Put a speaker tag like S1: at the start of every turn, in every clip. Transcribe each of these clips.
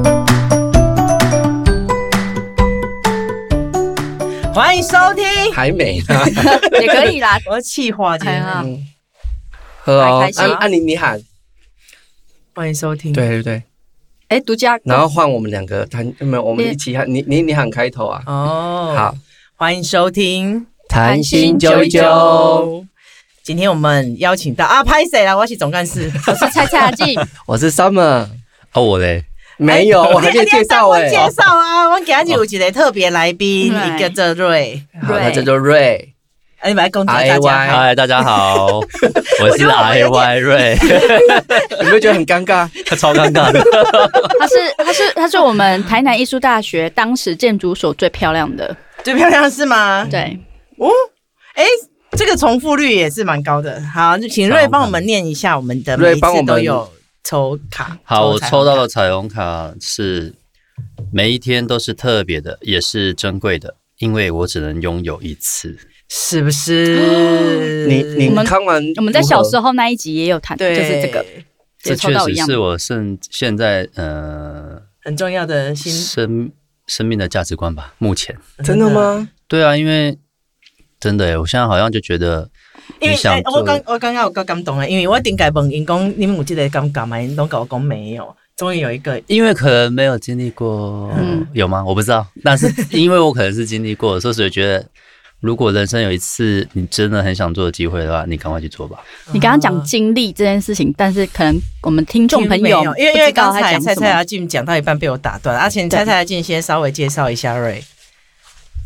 S1: 还没呢。
S2: 也可以啦。
S3: 我要气化
S2: 哎
S3: 天
S2: 呀
S3: 啊！
S1: 嗯，喝哦
S2: 来开，心
S1: 按按铃你喊，
S3: 欢迎收听。
S1: 对对对，
S2: 哎，独家，
S1: 然后换我们两个，他没有，我们一起喊，你你你喊开头啊。
S3: 哦，
S1: 好，，
S3: 欢迎收听。
S2: 谈心啾一啾，
S3: 今天我们邀请到啊，拍谁啦？我是总干事。
S2: 我是蔡蔡 阿静，
S1: 我是 Summer，
S4: 哦，我嘞，
S1: 没有，我还没有介绍哎
S3: 你。要介绍啊！我今日有一个特别来宾，
S2: 哦
S3: 一个叫瑞，
S1: 好，
S2: 对
S1: 那这就瑞，
S3: 啊，你把它公开大
S1: RAY
S3: 家好。
S4: 嗨，大家好，我是
S3: 我觉得我
S4: I
S3: 有
S4: Y 瑞，
S1: 你会觉得很尴尬？
S4: 超尴尬的。
S2: 她是她是她是我们台南艺术大学当时建筑所最漂亮的，
S3: 最漂亮是吗？
S2: 对，
S3: 哦，哎，这个重复率也是蛮高的。好，就请瑞帮我们念一下我们的，
S1: 瑞
S3: 每一
S1: 帮我
S3: 次
S1: 们
S3: 都有抽卡。
S4: 好，我
S3: 彩虹
S4: 抽到
S3: 卡
S4: 的彩虹卡是每一天都是特别的，也是珍贵的，因为我只能拥有一次。
S3: 是不是？
S1: 你
S2: 我
S1: 你
S2: 们
S1: 看完
S2: 我们在
S1: 如何
S2: 小时候那一集也有谈，就
S3: 对，
S2: 是这个也
S4: 这
S2: 抽
S4: 确
S2: 到一
S4: 实
S2: 样
S4: 是，我现现在呃
S3: 很重要的心。
S4: 生生命的价值观吧。目前，
S1: 真的？吗？
S4: 对啊，因为真的耶，我现在好像就觉得
S3: 因为
S4: 你想
S3: 哎
S4: 做
S3: 我刚我刚刚有够感动了，啊因为我顶该问因讲你们有这个感觉吗？因都跟我讲没有，终于有一个
S4: 因为可能没有经历过，
S2: 嗯
S4: 有吗？我不知道，但是因为我可能是经历过，所以我觉得，如果人生有一次你真的很想做的机会的话，你赶快去做吧。
S2: 你刚刚讲经历这件事情，但是可能我们听众朋
S3: 没
S2: 友
S3: 有因为因
S2: 不
S3: 为
S2: 知道
S3: 刚
S2: 他
S3: 才
S2: 讲
S3: 蔡
S2: 什
S3: 蔡
S2: 么，
S3: 阿进讲到一半被我打断，而且蔡蔡阿进先稍微介绍一下瑞，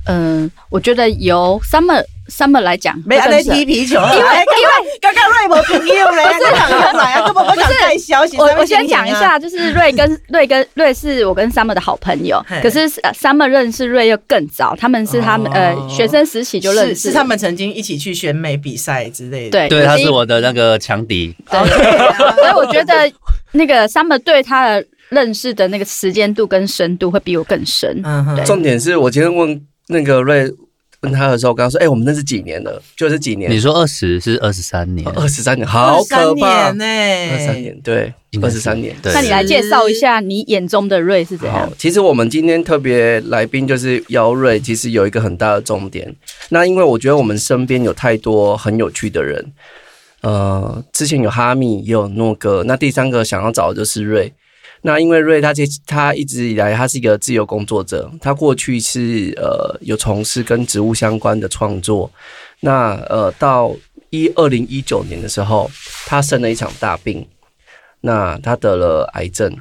S2: 嗯，我觉得由 Summer Summer 来讲，
S3: 没有
S2: 会更
S3: 在
S2: 适合
S3: 踢皮球，因为因为刚刚瑞没朋友嘞，不是来啊，根本不敢带消息。
S2: 我
S3: 上面
S2: 我先讲一
S3: 听啊，
S2: 下，就是瑞 跟瑞跟瑞是我跟 Summer 的好朋友
S3: 嘿，
S2: 可是呃 Summer 认识瑞又更早，他们是他们、
S3: 哦
S2: 呃学生时期就认
S3: 是
S2: 识，
S3: 是他们曾经一起去选美比赛之类的。
S2: 对
S4: 对，他
S2: 第一
S4: 是我的那个强敌，
S2: 对，所以我觉得那个 Summer 对他的认识的那个时间度跟深度会比我更深，
S3: 嗯哼，
S1: 重点是我今天问那个瑞问他的时候，我跟他说：“哎、我们认识几年了？就是几年
S4: 你，说二十是二十三年，
S1: 二十三年，好可怕，
S3: 呢，
S1: 二三年，对，
S4: 应
S1: 二
S4: 该
S1: 十
S4: 是
S1: 三年。
S4: 对，
S2: 那你来介绍一下你眼中的瑞是怎
S1: 好
S2: 样？，
S1: 其实我们今天特别来宾就是姚瑞，其实有一个很大的重点。那因为我觉得我们身边有太多很有趣的人，呃，之前有哈密，也有诺哥，那第三个想要找的就是瑞。那因为瑞他其实他一直以来他是一个自由工作者，他过去是呃有从事跟植物相关的创作。那呃到一二零一九年的时候，他生了一场大病，那他得了癌症。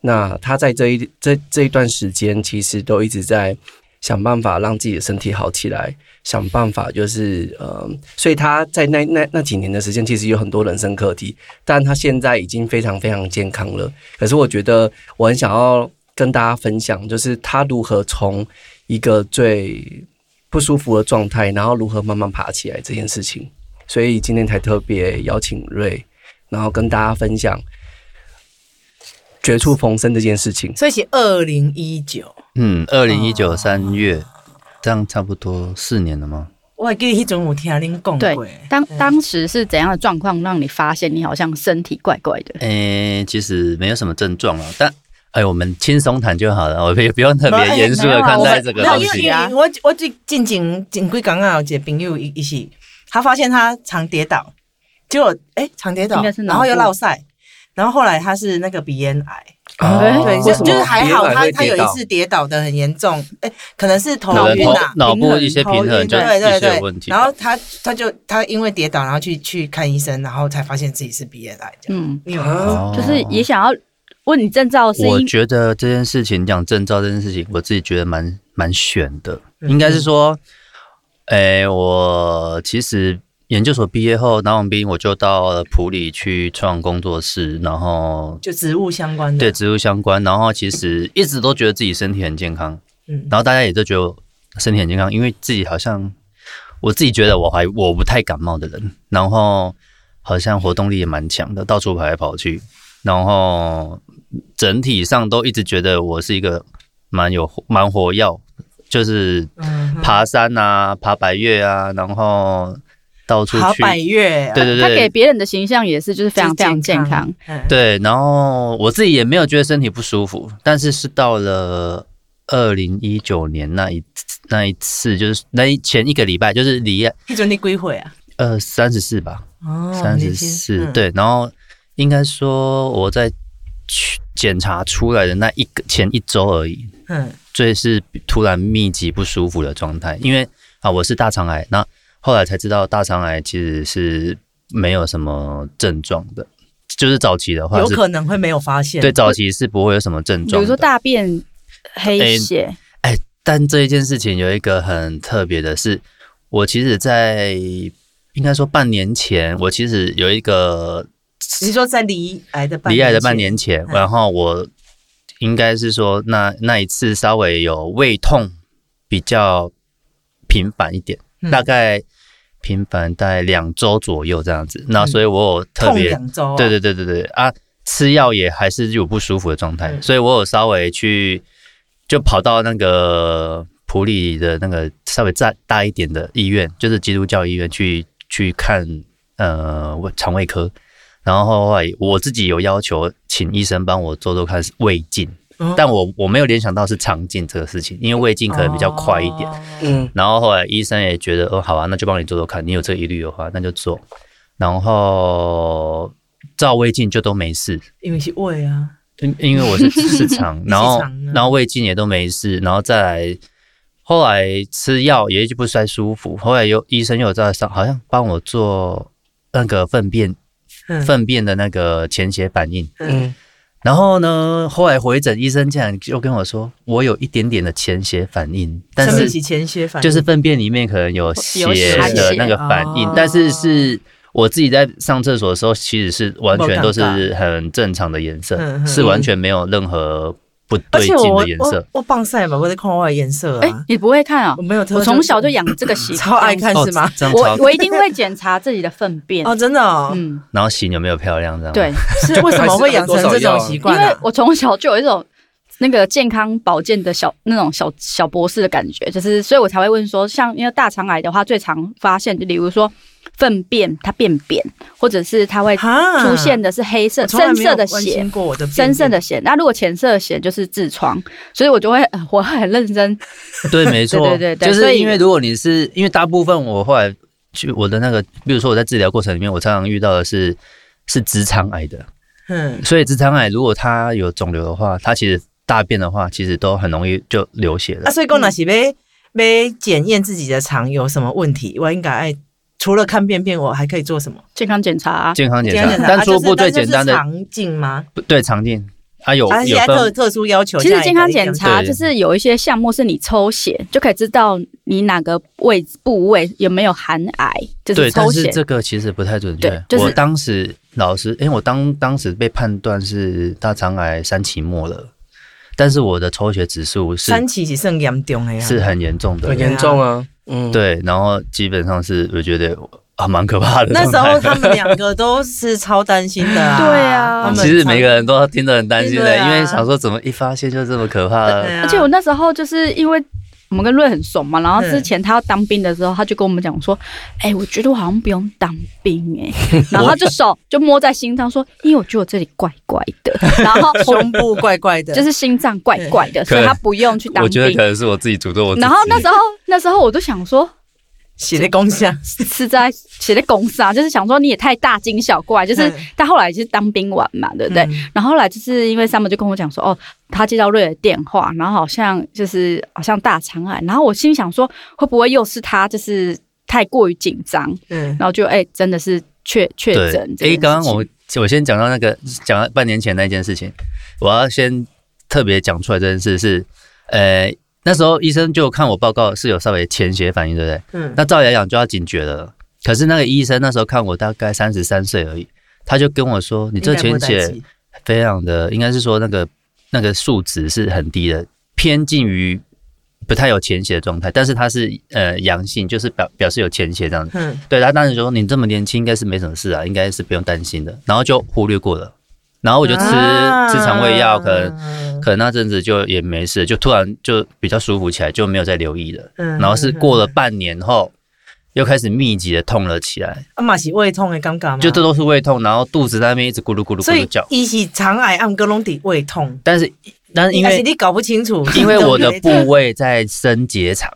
S1: 那他在这一这这一段时间，其实都一直在想办法让自己的身体好起来，想办法就是呃，所以他在那那那几年的时间，其实有很多人生课题，但他现在已经非常非常健康了。可是我觉得我很想要跟大家分享，就是他如何从一个最不舒服的状态，然后如何慢慢爬起来这件事情。所以今天才特别邀请瑞，然后跟大家分享绝处逢生这件事情。
S3: 所以是二零一九，
S4: 嗯，二零一九三月，这样差不多四年了吗？
S3: 我还记得迄阵有听恁讲
S2: 对
S3: 过。，
S2: 当当时是怎样的状况让你发现你好像身体怪怪的？
S4: 诶、其实没有什么症状了，但。哎，我们轻松谈就好了，我们也不用特
S3: 没有
S4: 别严肃
S2: 没
S4: 的
S2: 有啊
S4: 看
S2: 我
S4: 待
S2: 们
S4: 这个
S3: 没有
S4: 东
S3: 因为
S4: 西
S3: 因。为我我最近前前几刚啊，有一个朋友一一起，他发现他常跌倒，结果哎常跌倒
S2: 应该是，脑
S3: 然
S2: 部
S3: 后又落晒，然后后来他是那个鼻咽癌，
S2: 哦
S3: 对，
S2: 为
S3: 就
S2: 什么
S3: 就是还好他他有一
S1: 次
S3: 次跌倒的很严重，哎可能是头
S4: 可能
S3: 晕
S4: 头
S3: 啊，
S4: 脑部一些平
S2: 头
S4: 衡
S2: 晕
S4: 就
S3: 对对
S4: 一些
S3: 对
S4: 有问，题。
S3: 然后他他就他因为跌倒，然后去去看医生，然后才发现自己是鼻咽癌这样。
S2: 嗯，
S3: 你有
S1: 啊
S4: 哦
S2: 就是也想要问你证照是
S4: 我
S2: 因
S4: 觉得这件事情讲证照这件事情，我自己觉得蛮蛮悬的，
S3: 嗯
S4: 应该是说，诶、我其实研究所毕业后，拿完兵我就到了普里去创工作室，然后
S3: 就植物相关的
S4: 对植物相关，然后其实一直都觉得自己身体很健康，
S3: 嗯
S4: 然后大家也都觉得我身体很健康，因为自己好像我自己觉得我还我不太感冒的人，然后好像活动力也蛮强的，到处跑来跑去，然后整体上都一直觉得我是一个蛮有蛮活跃，就是
S3: 嗯
S4: 爬山啊、爬百越啊，然后到处
S3: 好
S4: 去，
S3: 百越啊，
S4: 对对
S2: 他给
S4: 对。
S2: 别人的形象也是就是非常非常健康，
S3: 嗯，
S4: 对，然后我自己也没有觉得身体不舒服，但是是到了二零一九年那一次那一次，就是那一前一个礼拜，就是离
S3: 一准你归回啊？
S4: 呃三十四吧，
S3: 哦嗯
S4: 三十四，，对，然后应该说我在去检查出来的那一个前一周而已，
S3: 你先嗯，
S4: 最是突然密集不舒服的状态，因为啊我是大肠癌，那后来才知道大肠癌其实是没有什么症状的，就是早期的话
S3: 有
S4: 是
S3: 可能会没有发现。
S4: 对，早期是不会有什么症
S2: 比
S4: 状的，
S2: 如说大便黑
S4: 哎
S2: 血，
S4: 但这一件事情有一个很特别的是，我其实在应该说半年前，我其实有一个
S3: 你说在离癌的半
S4: 离
S3: 年
S4: 癌的
S3: 前
S4: 半年前，
S3: 嗯
S4: 然后我应该是说那那一次稍微有胃痛比较频繁一点，
S3: 嗯
S4: 大概频繁大概两周左右这样子。那所以我有
S3: 嗯
S4: 特
S3: 痛
S4: 别
S3: 两周啊，
S4: 对对对对对啊，吃药也还是有不舒服的状态，
S3: 嗯
S4: 所以我有稍微去就跑到那个普里的那个稍微大大一点的医院，就是基督教医院去去看呃胃肠胃科，然后后来我自己有要求请医生帮我做做看胃镜，
S3: 嗯
S4: 但我我没有联想到是肠镜这个事情，因为胃镜可能比较快一点。
S3: 哦
S1: 嗯，
S4: 然后后来医生也觉得，哦，好啊，那就帮你做做看，你有这个疑虑的话，那就做。然后照胃镜就都没事，
S3: 因为是胃啊，
S4: 因因为我是 是肠，然后
S3: 肠啊
S4: 然后胃镜也都没事，然后再来后来吃药也就不太舒服，后来又医生又有在上，好像帮我做那个粪便
S3: 嗯
S4: 粪便的那个潜血反应。
S1: 嗯，
S4: 然后呢，后来回诊，医生竟然就跟我说，我有一点点的潜血反应，但
S3: 生
S4: 是
S3: 理期前血反应
S4: 就是粪便里面可能有血
S2: 有血
S4: 的那个反应
S3: 哦，
S4: 但是是我自己在上厕所的时候，其实是完全都是很正常的颜
S3: 嗯嗯
S4: 色，是完全没有任何不
S3: 而
S4: 对
S3: 且
S4: 劲
S3: 我
S4: 的颜
S3: 我
S4: 色。
S3: 我棒晒嘛，我在看我的颜色
S2: 哎、
S3: 啊，
S2: 你不会看啊、
S3: 我没有特，
S2: 我从小就养这个习惯，
S3: 超爱看是吗？
S4: 这样
S2: 我
S4: 超，
S2: 我一定会检查自己的粪便。
S3: 哦，真的哦，
S2: 嗯，
S4: 然后型有没有漂亮这样？
S2: 对，，
S3: 是为什么会养成这种习
S2: 因
S3: 惯
S2: 为
S3: 啊？
S2: 我从小就有一种那个健康保健的小那种小小博士的感觉，就是所以我才会问说，像因为大肠癌的话，最常发现就比如说粪便它变扁，或者是它会
S3: 哈
S2: 出现的是黑色、
S3: 我从来
S2: 深
S3: 没有
S2: 色的
S3: 关
S2: 血
S3: 心。过我的便
S2: 深色的
S3: 便
S2: 血，那如果浅色的血就是痔疮，所以我就会呃我会很认真，
S4: 对，没错，
S2: 对对对对
S4: 就
S2: 所
S4: 是
S2: 以
S4: 因为如果你是因为大部分我后来去我的那个，比如说我在治疗过程里面，我常常遇到的是是直肠癌的，
S3: 嗯，
S4: 所以直肠癌如果它有肿瘤的话，它其实大便的话，其实都很容易就流血了
S3: 啊，。所以讲那是要要检验自己的肠有什么问题，我应该爱除了看便便，我还可以做什么？
S2: 健康检查、啊。
S4: 健康检
S3: 健康
S4: 查
S3: 检，查
S4: 但
S3: 啊
S4: 初
S3: 就是
S4: 步最简单的
S3: 肠镜吗？
S4: 不对肠镜，它有
S3: 啊，现
S4: 有
S3: 在特
S4: 分
S3: 特殊要求，
S2: 其实健康检查
S4: 对
S2: 就是有一些项目是你抽血就可以知道你哪个位置部位有没有含癌，就是
S4: 对，
S2: 抽
S4: 但是
S2: 血。
S4: 这个其实不太准确
S2: 对。就是
S4: 我当时老师，因为我当当时被判断是大肠癌三期末了，但是我的抽血指数是
S3: 三期是啊算严重的呀，
S4: 是啊很严重的
S1: 很，严重啊，嗯，，
S4: 对，然后基本上是我觉得啊蛮可怕的
S3: 那
S4: 状态。
S3: 时候他们两个都是超担心的、 啊，
S2: 对啊
S3: 他们
S4: 其实每个人都听得很担心的，
S3: 对啊
S4: 因为想说怎么一发现就这么可怕
S3: 对
S4: 了。
S3: 啊，
S2: 而且我那时候就是因为我们跟瑞很熟嘛，然后
S3: 嗯
S2: 之前他要当兵的时候，他就跟我们讲说：“哎、我觉得我好像不用当兵哎、 然后他就手就摸在心脏说：“因为我觉得我这里怪怪的，欸 然后
S3: 胸部怪怪的，
S2: 就是心脏怪怪的，所以他不用去当
S4: 我觉得
S2: 兵
S4: 可。能是我自己主动，我”自
S2: 然后
S4: 己
S2: 那时候那时候我就想说，
S3: 血的功效，
S2: 是在写在公司啊，就是想说你也太大惊小怪，就是
S3: 嗯
S2: 他后来就是当兵完嘛，对不对？
S3: 嗯
S2: 然后后来就是因为 Summer 就跟我讲说，哦，他接到瑞的电话，然后好像就是好像大肠癌，然后我心想说，会不会又是他就是太过于紧张，
S3: 嗯，
S2: 然后就哎、真的是确确
S4: 对，
S2: 诊这件事
S4: 诶
S2: 情。
S4: 刚刚我我先讲到那个讲到半年前那件事情，我要先特别讲出来这件事是，呃，那时候医生就看我报告是有稍微潜血反应，对不对？
S3: 嗯，
S4: 那照理来讲就要警觉了。可是那个医生那时候看我大概三十三岁而已，他就跟我说：“你这
S3: 应
S4: 潜
S3: 该不会担
S4: 血
S3: 心
S4: 非常的，应该是说那个那个数值是很低的，偏近于不太有潜血的状态，但是它是呃阳性，就是表表示有潜血这样子。
S3: 嗯，
S4: 对他当时就说你这么年轻，应该是没什么事啊，应该是不用担心的。然后就忽略过了，然后我就吃、
S3: 啊
S4: 吃肠胃药，可能
S3: 能，
S4: 可能那阵子就也没事，就突然就比较舒服起来，就没有再留意了。
S3: 嗯
S4: 然后是过了，半年后，又开始密集的痛了起来，
S3: 啊嘛是胃痛的感觉嘛，
S4: 就这都是胃痛，然后肚子在那边一直咕噜咕噜咕
S3: 所
S4: 噜
S3: 以
S4: 叫。
S3: 伊是肠癌，暗哥拢底胃痛，
S4: 但是，但是因
S3: 但是
S4: 为
S3: 你搞不清楚，
S4: 因为我的 部位在升结肠，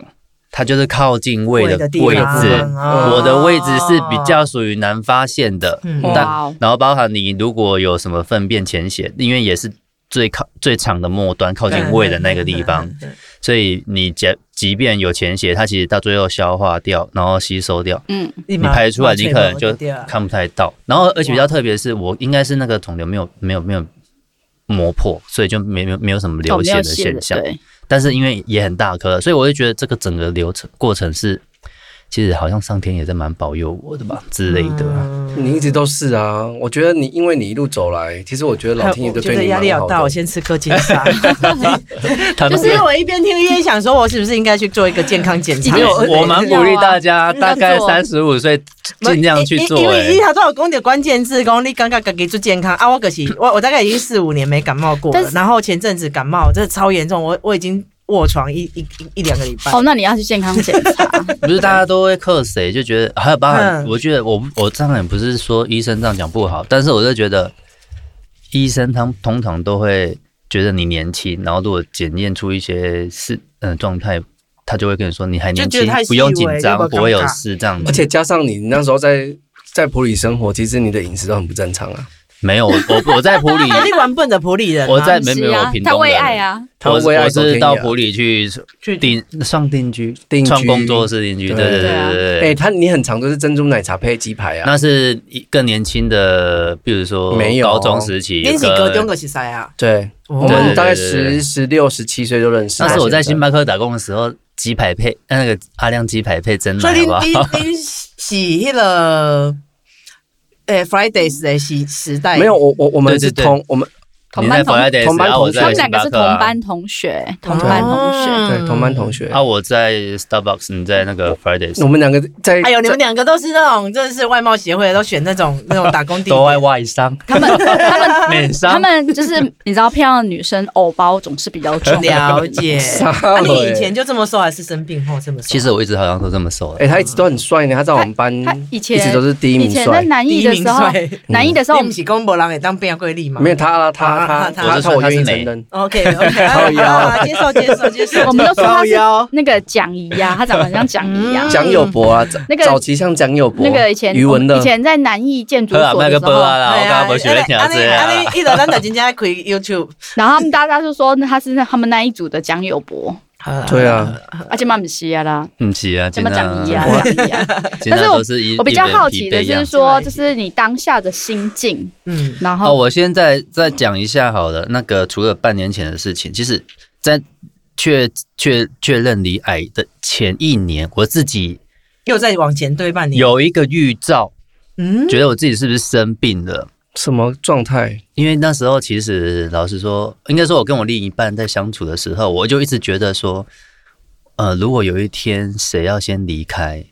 S4: 它就是靠近胃
S3: 胃
S4: 的
S3: 的地
S4: 位
S3: 方
S4: 置，
S3: 哦
S4: 我的位置是比较属于难发现的。
S3: 嗯
S4: 但
S2: 哇哦
S4: 然后包含你如果有什么粪便潜血，因为也是最靠最长的末端靠近胃的那个地方，，所以你即即便有潜血，它其实到最后消化掉，然后吸收掉，
S2: 嗯，
S3: 你
S4: 你排出来你可能就看不太到。然后而且比较特别是我应该是那个肿瘤没有没有没有磨破，所以就没没有没有什么
S2: 哦
S4: 流
S2: 没
S4: 血
S2: 有
S4: 的
S2: 血
S4: 现
S2: 的
S4: 象。
S2: 对，
S4: 但是因为也很大颗，所以我就觉得这个整个流程过程是，其实好像上天也在蛮保佑我的吧之类的。
S1: 你一直都是啊，我觉得你因为你一路走来，其实我觉得老天爷
S3: 我
S1: 都
S3: 觉
S1: 对
S3: 得
S1: 你
S3: 压力
S1: 蛮
S3: 好
S1: 好
S3: 大，我
S1: 的。
S3: 先吃颗金 沙。
S4: 他
S3: 就是因为我一边听一边想说，我是不是应该去做一个健康检查？
S4: 没有，我蛮鼓励大家，
S2: 要啊
S4: 大概
S2: 要做
S4: 三十 五岁尽量去做、
S3: 因为
S4: 欸
S3: 你头都有讲的关键字，讲你刚刚给做健康啊，我可、是我我大概已经四五年没感冒过
S2: 但
S3: 了，
S2: 是
S3: 然后前阵子感冒真的超严重，我我已经卧床一一一一两个礼拜。
S2: 哦，那你要去健康检查，
S4: 不是大家都会克谁，就觉得还有包含，
S3: 嗯
S4: 我觉得我我当然不是说医生这样讲不好，但是我就觉得医生他们通常都会觉得你年轻，然后如果检验出一些事嗯状态，他就会跟你说你还年
S3: 就觉
S4: 轻
S3: 得太，细
S4: 不用紧
S3: 微
S4: 张
S3: 就，不
S4: 不会有
S3: 尴尬，
S4: 事这样子
S1: 而。且加上你那时候在在普里生活，其实你的饮食都很不正常啊。
S4: 没有，我我我在普里
S3: 那你玩笨的普里人啊、
S4: 我在没
S2: 是
S4: 没有
S2: 啊
S4: 屏，
S2: 他
S4: 东
S2: 为
S4: 人
S2: 爱啊，
S1: 他
S4: 我
S1: 为爱
S4: 我
S1: 走天
S4: 是
S1: 涯
S4: 到普里去
S3: 去
S4: 定上定居，
S1: 定居
S4: 创工作室定居，对
S1: 对
S4: 对对
S2: 对啊
S4: 对对
S1: 哎、
S4: 对。
S1: 他你很常都是珍珠奶茶配鸡排啊。
S4: 那是一更年轻的，比如说
S1: 没有
S4: 高中时期，
S3: 你是高中
S4: 跟
S3: 个是啥啊？
S1: 对，
S3: 我
S1: 我们大概
S4: 对对对
S1: 十十六、十七岁就认识
S4: 那
S1: 了。
S4: 是我在星巴克打工的时候，鸡排配那个阿亮鸡排配真
S3: 所
S4: 奶，
S3: 以
S4: 好
S3: 你
S4: 不好？
S3: 你你是那个诶、Fridays 的时时代
S1: 没有，我我我们
S4: 对对
S1: 是
S4: 对
S1: 同我们
S4: 你
S2: 同班
S4: 在
S2: 同
S4: Fridays，
S1: 同班
S4: 然后我
S1: 同学
S4: 在
S2: 他们两个是同
S4: 星巴克啊
S2: 班同学，同班同学。
S3: 嗯
S1: 对同班同。学，
S4: 啊，我在 Starbucks，你在那个 Fridays，
S1: 我们两个在
S3: 哎呦，你们两个都是那种，真的是外贸协会的，都选那种那种打工地
S4: 都爱
S3: 点。
S4: 外商、
S2: 他们他们
S4: 美
S2: 他
S4: 商，
S2: 们就是你知道，漂亮的女生偶包总是比较 重。
S3: 了解。
S1: 傻
S3: 那、
S1: 了
S3: 你
S1: 欸
S3: 以前就这么瘦，还是生病后这么瘦？
S4: 其实我一直好像都这么瘦的
S1: 哎、。他一直都很帅呢，他在我们班
S2: 他以前
S1: 一直都是第一
S2: 以
S1: 名
S2: 前在
S1: 帅。
S2: 南
S3: 第
S2: 艺
S3: 一
S2: 的
S3: 名
S2: 时候，
S3: 帅，
S2: 南艺的时候
S3: 你
S2: 我
S3: 不
S2: 们
S3: 是公伯人也当变贵力吗？
S1: 没有他啦，他
S3: 啊
S1: 他
S3: 他
S1: 他
S4: 我是
S1: 他
S4: 说
S1: 我
S4: 他是
S1: 愿意
S4: 美
S1: 承认。
S3: OK OK，
S1: 靠腰
S3: 接受接受接受。
S2: 我们都 说他
S1: 靠
S2: 是
S1: 腰
S2: 那个蒋怡呀，他长得很像蒋怡呀
S3: 嗯。
S1: 蒋友柏啊，早
S2: 那个
S1: 早期像蒋友柏，
S2: 那个以前
S1: 余文
S2: 以
S1: 乐，
S2: 前在南艺建筑
S4: 喝啊，
S2: 所
S4: 卖
S2: 的
S4: 个
S2: 时
S4: 波啊
S2: 候，
S4: 啦，我刚刚不学听啊
S3: 安
S4: 这
S3: 尼安
S4: 样
S3: 尼，。一直咱就真正开 YouTube。
S2: 然后他们大家就说那他是他们那一组的蒋友 柏，
S1: 对啊，
S2: 而且曼姆西亚啦，
S4: 嗯，是啊，
S2: 什么蒋怡
S4: 真
S2: 啊，
S4: 的
S2: 蒋怡啊。
S4: 真的
S2: 但是
S4: 都是一
S2: 我比较好奇的是说，
S3: 一本疲惫样
S2: 就是你当下的心境，
S3: 嗯，
S2: 然
S4: 哦，
S2: 后
S4: 我先再再讲一下好了。那个除了半年前的事情，其实，在确确确认离癌的前一年，我自己
S3: 又再往前推半年。，
S4: 有一个预兆，
S3: 嗯，
S4: 觉得我自己是不是生病了。
S1: 什么状态？
S4: 因为那时候其实老实说，应该说我跟我另一半在相处的时候，我就一直觉得说，呃，如果有一天谁要先离开，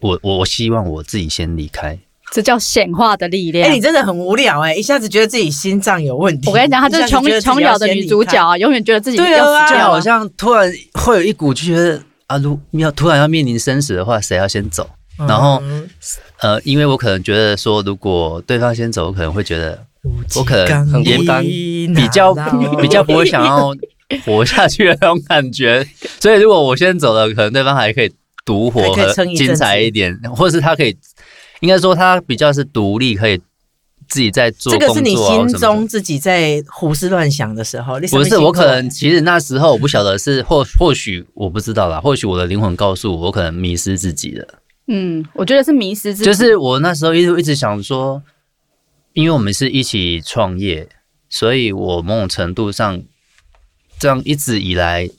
S4: 我我我希望我自己先离开。
S2: 这叫显化的力
S3: 哎、
S2: 量
S3: 你。真的很无聊哎、一下子觉得自己心脏有问题。
S2: 我跟你讲，她就是
S3: 一下
S2: 琼
S3: 子觉得自己
S2: 琼
S3: 要
S2: 瑶的
S3: 先
S2: 女
S3: 离
S2: 主
S3: 开
S2: 角，啊，永远觉得自己
S3: 对啊
S2: 要死
S4: 就
S2: 掉
S4: 好
S2: 了。
S4: 像突然会有一股就觉得啊，如要突然要面临生死的话，谁要先走？然后
S3: 嗯
S4: 呃，因为我可能觉得说，如果对方先走，我可能会觉得我可
S3: 刚
S4: 能也
S1: 孤单
S4: 比较比较不会想要活下去的那种感觉。所以如果我先走了，可能对方还可以独活
S3: 还可以
S4: 和
S3: 撑一阵子
S4: 精彩一点，或者是他可以，应该说他比较是独立，可以自己在做
S3: 这
S4: 工作、
S3: 个
S4: 啊、
S3: 是你心
S4: 什么的
S3: 中自己在胡思乱想的时候，你什
S4: 不
S3: 么
S4: 是，
S3: 星
S4: 我可
S3: 座
S4: 能其实那时候我不晓得是或或许我不知道啦，或许我的灵魂告诉我，我可能迷失自己了。
S2: 嗯，我觉得是迷失自己，
S4: 就是我那时候一直一直想说，因为我们是一起创业，所以我某种程度上这样一直以来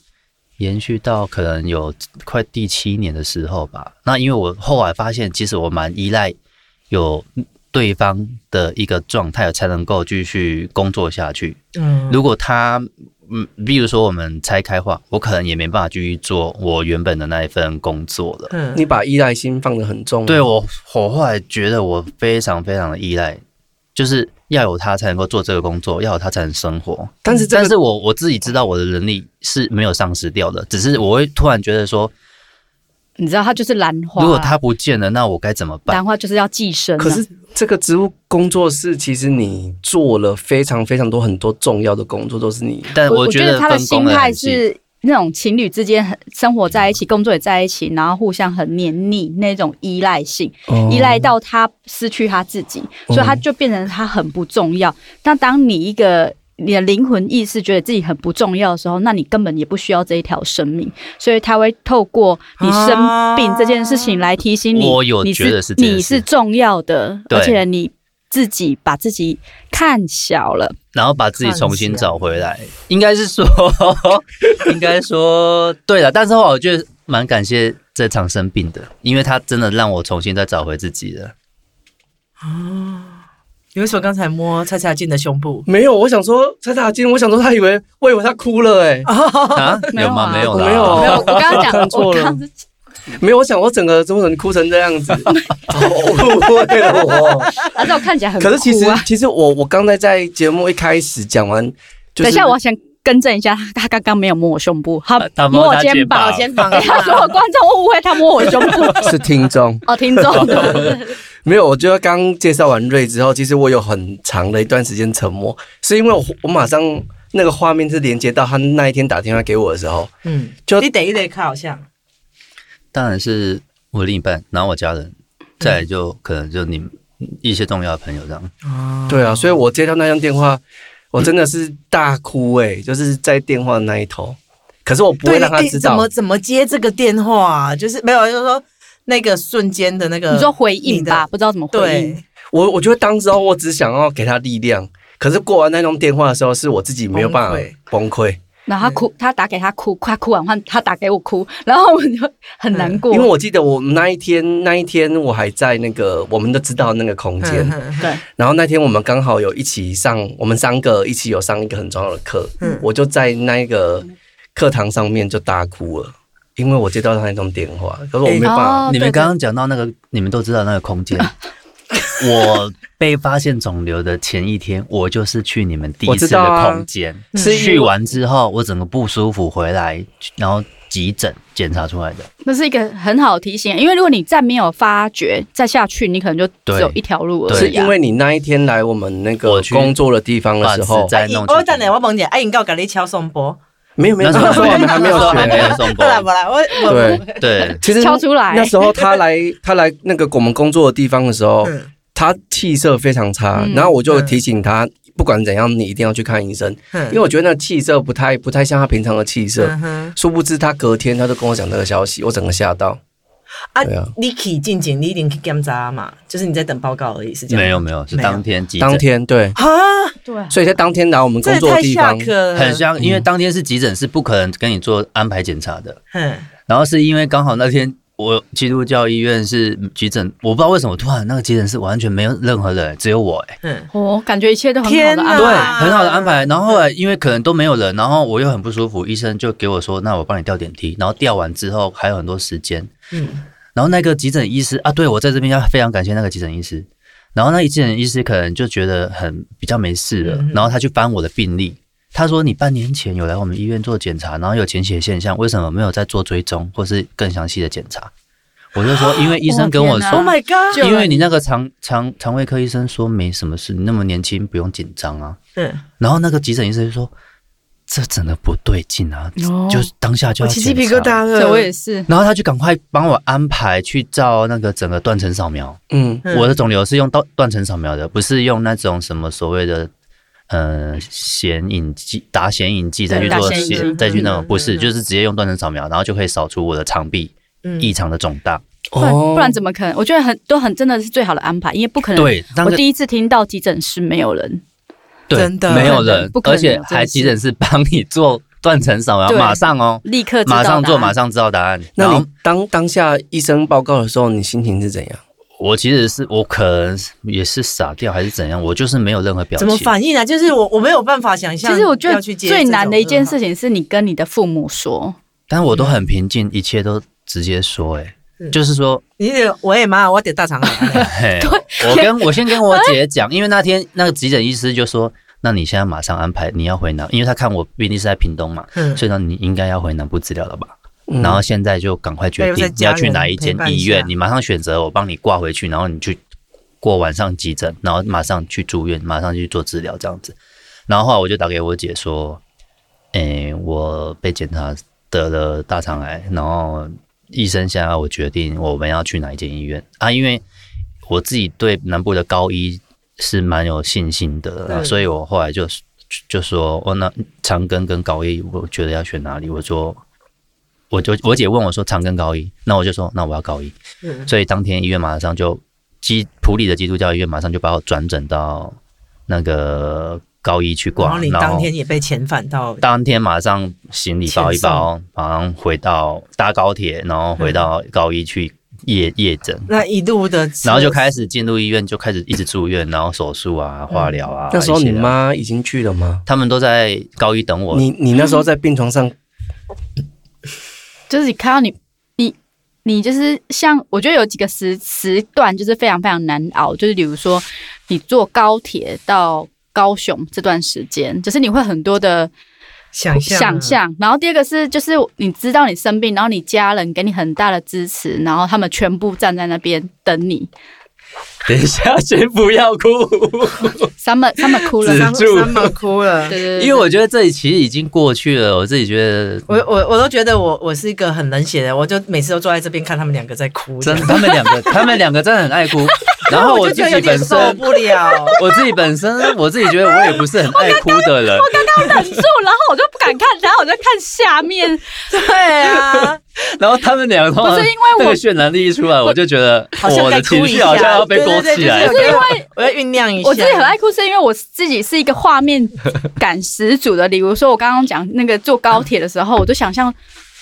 S4: 延续到可能有快第七年的时候吧。那因为我后来发现，其实我蛮依赖有对方的一个状态，才能够继续工作下去。
S3: 嗯
S4: 如果他嗯，比如说我们拆开话，我可能也没办法继续做我原本的那一份工作了。
S3: 嗯
S1: 你把依赖心放得很重。啊
S4: 对，我，我后来觉得我非常非常的依赖，就是要有他才能够做这个工作，要有他才能生活。
S1: 但是这
S4: 但
S1: 个
S4: 是我我自己知道我的能力是没有丧失掉的，只是我会突然觉得说，
S2: 你知道它就是兰花，
S4: 如果它不见了，那我该怎么办？
S2: 兰花就是要寄生、啊，
S1: 可是这个植物工作室，其实你做了非常非常多很多重要的工作，都是你
S4: 但
S2: 我
S4: 觉
S2: 觉得他的
S4: 分工
S2: 心
S4: 得很
S2: 态
S4: 细嗯
S2: 是那种情侣之间很生活在一起，工作也在一起，然后互相很黏腻那种依赖性，
S4: 哦
S1: 哦
S2: 依赖到他失去他自己，所以他就变成他很不重要。那当你一个你的灵魂意识觉得自己很不重要的时候，那你根本也不需要这一条生命，所以他会透过你生病这件事情来提醒你，
S4: 啊我有
S2: 你
S4: 觉得是这件
S2: 你
S4: 事
S2: 是重要的，
S4: 对
S2: 而且你自己把自己看小了。
S4: 然后把自己重新找回来，应该是说， 应该说对了。但是后来我觉得蛮感谢这场生病的，因为它真的让我重新再找回自己了。
S3: 有一首刚才摸蔡蔡进的胸部，
S1: 没有，我想说蔡大金，我想说他以为我以为他哭了哎、
S4: 啊，
S2: 没有
S4: 有吗？
S2: 啊
S4: 没有啦，
S1: 没有
S2: 没有，我刚 刚讲，
S1: 哦看
S2: 我
S1: 错了
S2: 刚刚是
S1: 没有，我想我整个怎么可能哭成这 样子？误会了我。
S2: 反正我啊看起来很、
S1: 可是其实，其实我我刚才在节目一开始讲完，就是、
S2: 等一下我要先更正一下，他他刚刚没有摸我胸部，他
S4: 他他摸
S2: 摸我
S4: 他
S2: 肩
S4: 肩膀
S2: 膀
S3: 好，肩 膀啊，
S2: 他所有观众会误会他摸我胸部。
S1: 是听众，
S2: 哦，听 众，对
S1: 没有。我觉得刚介绍完瑞之后，其实我有很长的一段时间沉默，是因为我我马上那个画面是连接到他那一天打电话给我的时候，
S3: 嗯，
S1: 就
S3: 你得一得看，好像
S4: 当然是我另一半，然后我家人，再来就可能就你们一些重要的朋友这样。
S1: 对啊，所以我接到那通电话，我真的是大哭哎、就是在电话那一头，可是我不会
S3: 对，
S1: 让他
S3: 你
S1: 知
S3: 怎
S1: 道
S3: 么。怎么接这个电话啊，就是没有，就是说那个瞬间的那个，
S2: 你说回应吧，不知道怎么
S3: 你的，
S2: 回应。
S3: 对，
S1: 我我觉得当时候我只想要给他力量，可是过完那通电话的时候，是我自己没有办法崩溃，
S2: 然后他哭，他打给他哭，快哭完换他打给我哭，然后我就很难过。
S1: 因为我记得我那一天那一天我还在那个我们都知道那个空间，
S3: 嗯
S2: 对，
S1: 然后那天我们刚好有一起上，我们三个一起有上一个很重要的课，
S3: 嗯
S1: 我就在那个课堂上面就大哭了，因为我接到他那通电话，可是我没办法。
S2: 哦
S4: 你
S2: 对
S4: 们刚刚讲到那个，你们都知道那个空间。我被发现肿瘤的前一天，我就是去你们第一
S1: 我知
S4: 次
S1: 道
S4: 的
S1: 啊
S4: 空间，
S1: 是因为
S4: 去完之后我整个不舒服回来，然后急诊检查出来的。
S2: 那是一个很好的提醒，因为如果你再没有发觉，再下去你可能就只有
S4: 对
S2: 一条路而已啊。
S4: 对
S1: 是因为你那一天来我们那个
S4: 我去
S1: 工作的地方的时
S4: 把
S1: 候
S4: 啊纸，在
S3: 哎
S4: 弄去
S3: 我等下我问一下，哎，你告给你敲送波，
S1: 没有没有，
S4: 那
S1: 那
S4: 时
S1: 时
S4: 候
S1: 候 我们还没有
S4: 还没有
S1: 学。
S4: 送
S3: 不
S4: 过。
S3: 然不 然，我我
S1: 对，
S4: 对，
S1: 其实
S2: 敲出来
S1: 那时候他 来他来那个我们工作的地方的时候，
S3: 嗯
S1: 他气色非常差，
S2: 嗯嗯
S1: 然后我就提醒他，不管怎样你一定要去看医生，因为我觉得那气色不太不太像他平常的气色。
S3: 嗯哼
S1: 殊不知他隔天他就跟我讲这个消息，我整个吓到。
S3: 啊
S1: 对啊，
S3: 你去进前你一定去检查嘛，就是你在等报告而已，是这样吗？
S4: 没有没有，是
S3: 没有
S4: 当天急
S1: 当
S4: 诊，
S1: 天对，
S3: 啊，
S2: 对啊，
S1: 所以在当天来我们
S3: 这
S1: 工
S3: 也
S1: 作的
S3: 太
S1: 地
S3: 下
S1: 方，
S3: 课了，
S4: 很像，
S1: 嗯
S4: 因为当天是急诊，是不可能跟你做安排检查的。
S3: 嗯，
S4: 然后是因为刚好那天我基督教医院是急诊，我不知道为什么突然那个急诊室完全没有任何人，只有我哎、
S3: 嗯
S2: 我哦感觉一切都很好
S3: 天
S2: 的
S3: 哪
S2: 安
S4: 对，
S2: 排。
S4: 很好的安排。然后后来因为可能都没有人，然后我又很不舒服，医生就给我说，那我帮你调点滴。然后调完之后还有很多时间，
S3: 嗯
S4: 然后那个急诊医师啊，对我在这边要非常感谢那个急诊医师。然后那个急诊医师可能就觉得很比较没事了，
S3: 嗯
S4: 然后他去翻我的病历，他说你半年前有来我们医院做检查，然后有潜血现象，为什么没有在做追踪或是更详细的检查？我就说，因为医生跟我
S2: 哇
S4: 说
S3: ，Oh，my god，
S2: 就
S4: 因为你那个肠肠肠胃科医生说没什么事，你那么年轻不用紧张啊。
S3: 嗯，
S4: 然后那个急诊医生就说，这真的不对劲啊，
S2: 哦
S4: 就是当下就
S3: 我
S4: 要
S3: 起
S4: 检
S3: 鸡皮疙
S4: 查
S3: 瘩
S2: 对
S3: 了，
S2: 我也是。
S4: 然后他就赶快帮我安排去照那个整个断层扫描。
S1: 嗯，
S3: 嗯
S4: 我的肿瘤是用断断层扫描的，不是用那种什么所谓的呃显影剂打显影剂再去
S2: 对嗯打
S4: 做
S2: 显影剂
S4: 显再去那种，
S3: 嗯
S4: 不是，
S3: 嗯
S4: 就是直接用断层扫描，然后就可以扫出我的肠壁
S3: 嗯
S4: 异常的肿大。
S2: 不然不
S1: 哦
S2: 然怎么可能？我觉得很都很真的是最好的安排，因为不可能。
S4: 对，那
S2: 我
S4: 个
S2: 第一次听到急诊室没有人，
S4: 对
S3: 真的
S4: 没有
S2: 真的
S4: 人
S2: 不，可能
S4: 而且还急诊是帮你做断层扫描，
S2: 对
S4: 马上哦，
S2: 立刻知道
S4: 马上做，
S2: 答案
S4: 马。上知道答案。
S1: 那
S4: 然后
S1: 你当当下医生报告的时候，你心情是怎样？
S4: 我其实是我可能也是傻掉还是怎样，我就是没有任何表
S3: 怎
S4: 情。
S3: 么反应啊？就是我我没有办法想象
S2: 其
S3: 要去接这种，嗯
S2: 实我觉得最难的一件事
S3: 情，
S2: 情是你跟你的父母说，
S4: 但我都很平静，一切都直接说、欸，
S3: 嗯
S4: 就 是说，。
S3: 你得我也妈，我得大肠癌啊
S4: 嘿我跟我先跟我姐讲，因为那天那个急诊医师就说，那你现在马上安排你要回南，因为他看我病历是在屏东嘛，
S3: 嗯
S4: 所以呢你应该要回南部治疗了吧？
S1: 嗯
S4: 然后现在就赶快决
S3: 对在
S4: 定你
S3: 家
S4: 要去哪一
S3: 人
S4: 间
S3: 陪伴一
S4: 医
S3: 下
S4: 院，你马上选择，我帮你挂回去，然后你去过晚上急诊，然后马上去住院，马上去做治疗这样子。然后后来我就打给我姐说，诶、我被检查得了大肠癌，然后医生现在要我决定我们要去哪一间医院啊，因为我自己对南部的高医是蛮有信心的，
S3: 对
S4: 所以我后来就就说，哦，那长庚跟高一，我觉得要选哪里？我说，我就我姐问我说长庚高一，那我就说那我要高一，
S3: 嗯
S4: 所以当天医院马上就基普里的基督教医院马上就把我转诊到那个高一去挂，
S3: 然后你当天也被遣返到
S4: 当天马上行李包一
S3: 遣
S4: 包，马上回到搭高铁，然后回到高一去夜、夜
S1: 嗯
S4: 诊，
S3: 那一路的，
S4: 然后就开始进入医院，就开始一直住院，然后手术啊、化疗啊。
S1: 嗯那时候
S4: 一
S1: 你
S4: 些啊
S1: 妈已经去了吗？
S4: 他们都在高一等我，
S1: 你 你那时候在病床
S2: 嗯
S1: 上，
S2: 就是你看到你，你，你就是像我觉得有几个时时段就是非常非常难熬，就是比如说你坐高铁到高雄这段时间，就是你会很多的
S3: 想象啊
S2: 想象，然后第二个是就是你知道你生病，然后你家人给你很大的支持，然后他们全部站在那边等你，
S1: 等一下先不要哭，
S2: 他们他们哭了，
S1: 止
S3: 三
S1: 住
S3: 三毛哭了
S2: 对。对对，
S4: 因为我觉得这里其实已经过去了，我自己觉得
S3: 我我我都觉得我我是一个很冷血的人，我就每次都坐在这边看他们两个在哭，
S4: 真他们两 个，他们两个真的很爱哭。然后我
S3: 啊就
S4: 自
S3: 觉得有
S4: 己
S3: 点
S4: 本
S3: 受
S4: 身，
S3: 不了。
S4: 我自己本身，我自己觉得我也不是很爱哭的 人。
S2: 忍住，然后我就不敢看，然后我就看下面，
S3: 对啊，
S4: 然后他们两个通常
S2: 不是因为我
S4: 那个渲染力一出来，我就觉得
S3: 好像
S4: 我
S3: 该
S4: 的
S3: 哭一
S4: 情绪
S3: 下
S4: 好像要被勾
S3: 对对
S4: 起
S3: 对
S4: 来
S3: 就。是因为 我要酝酿一下，
S2: 我自己很爱哭，是因为我自己是一个画面感十足的。例如说，我刚刚讲那个坐高铁的时候，我就想象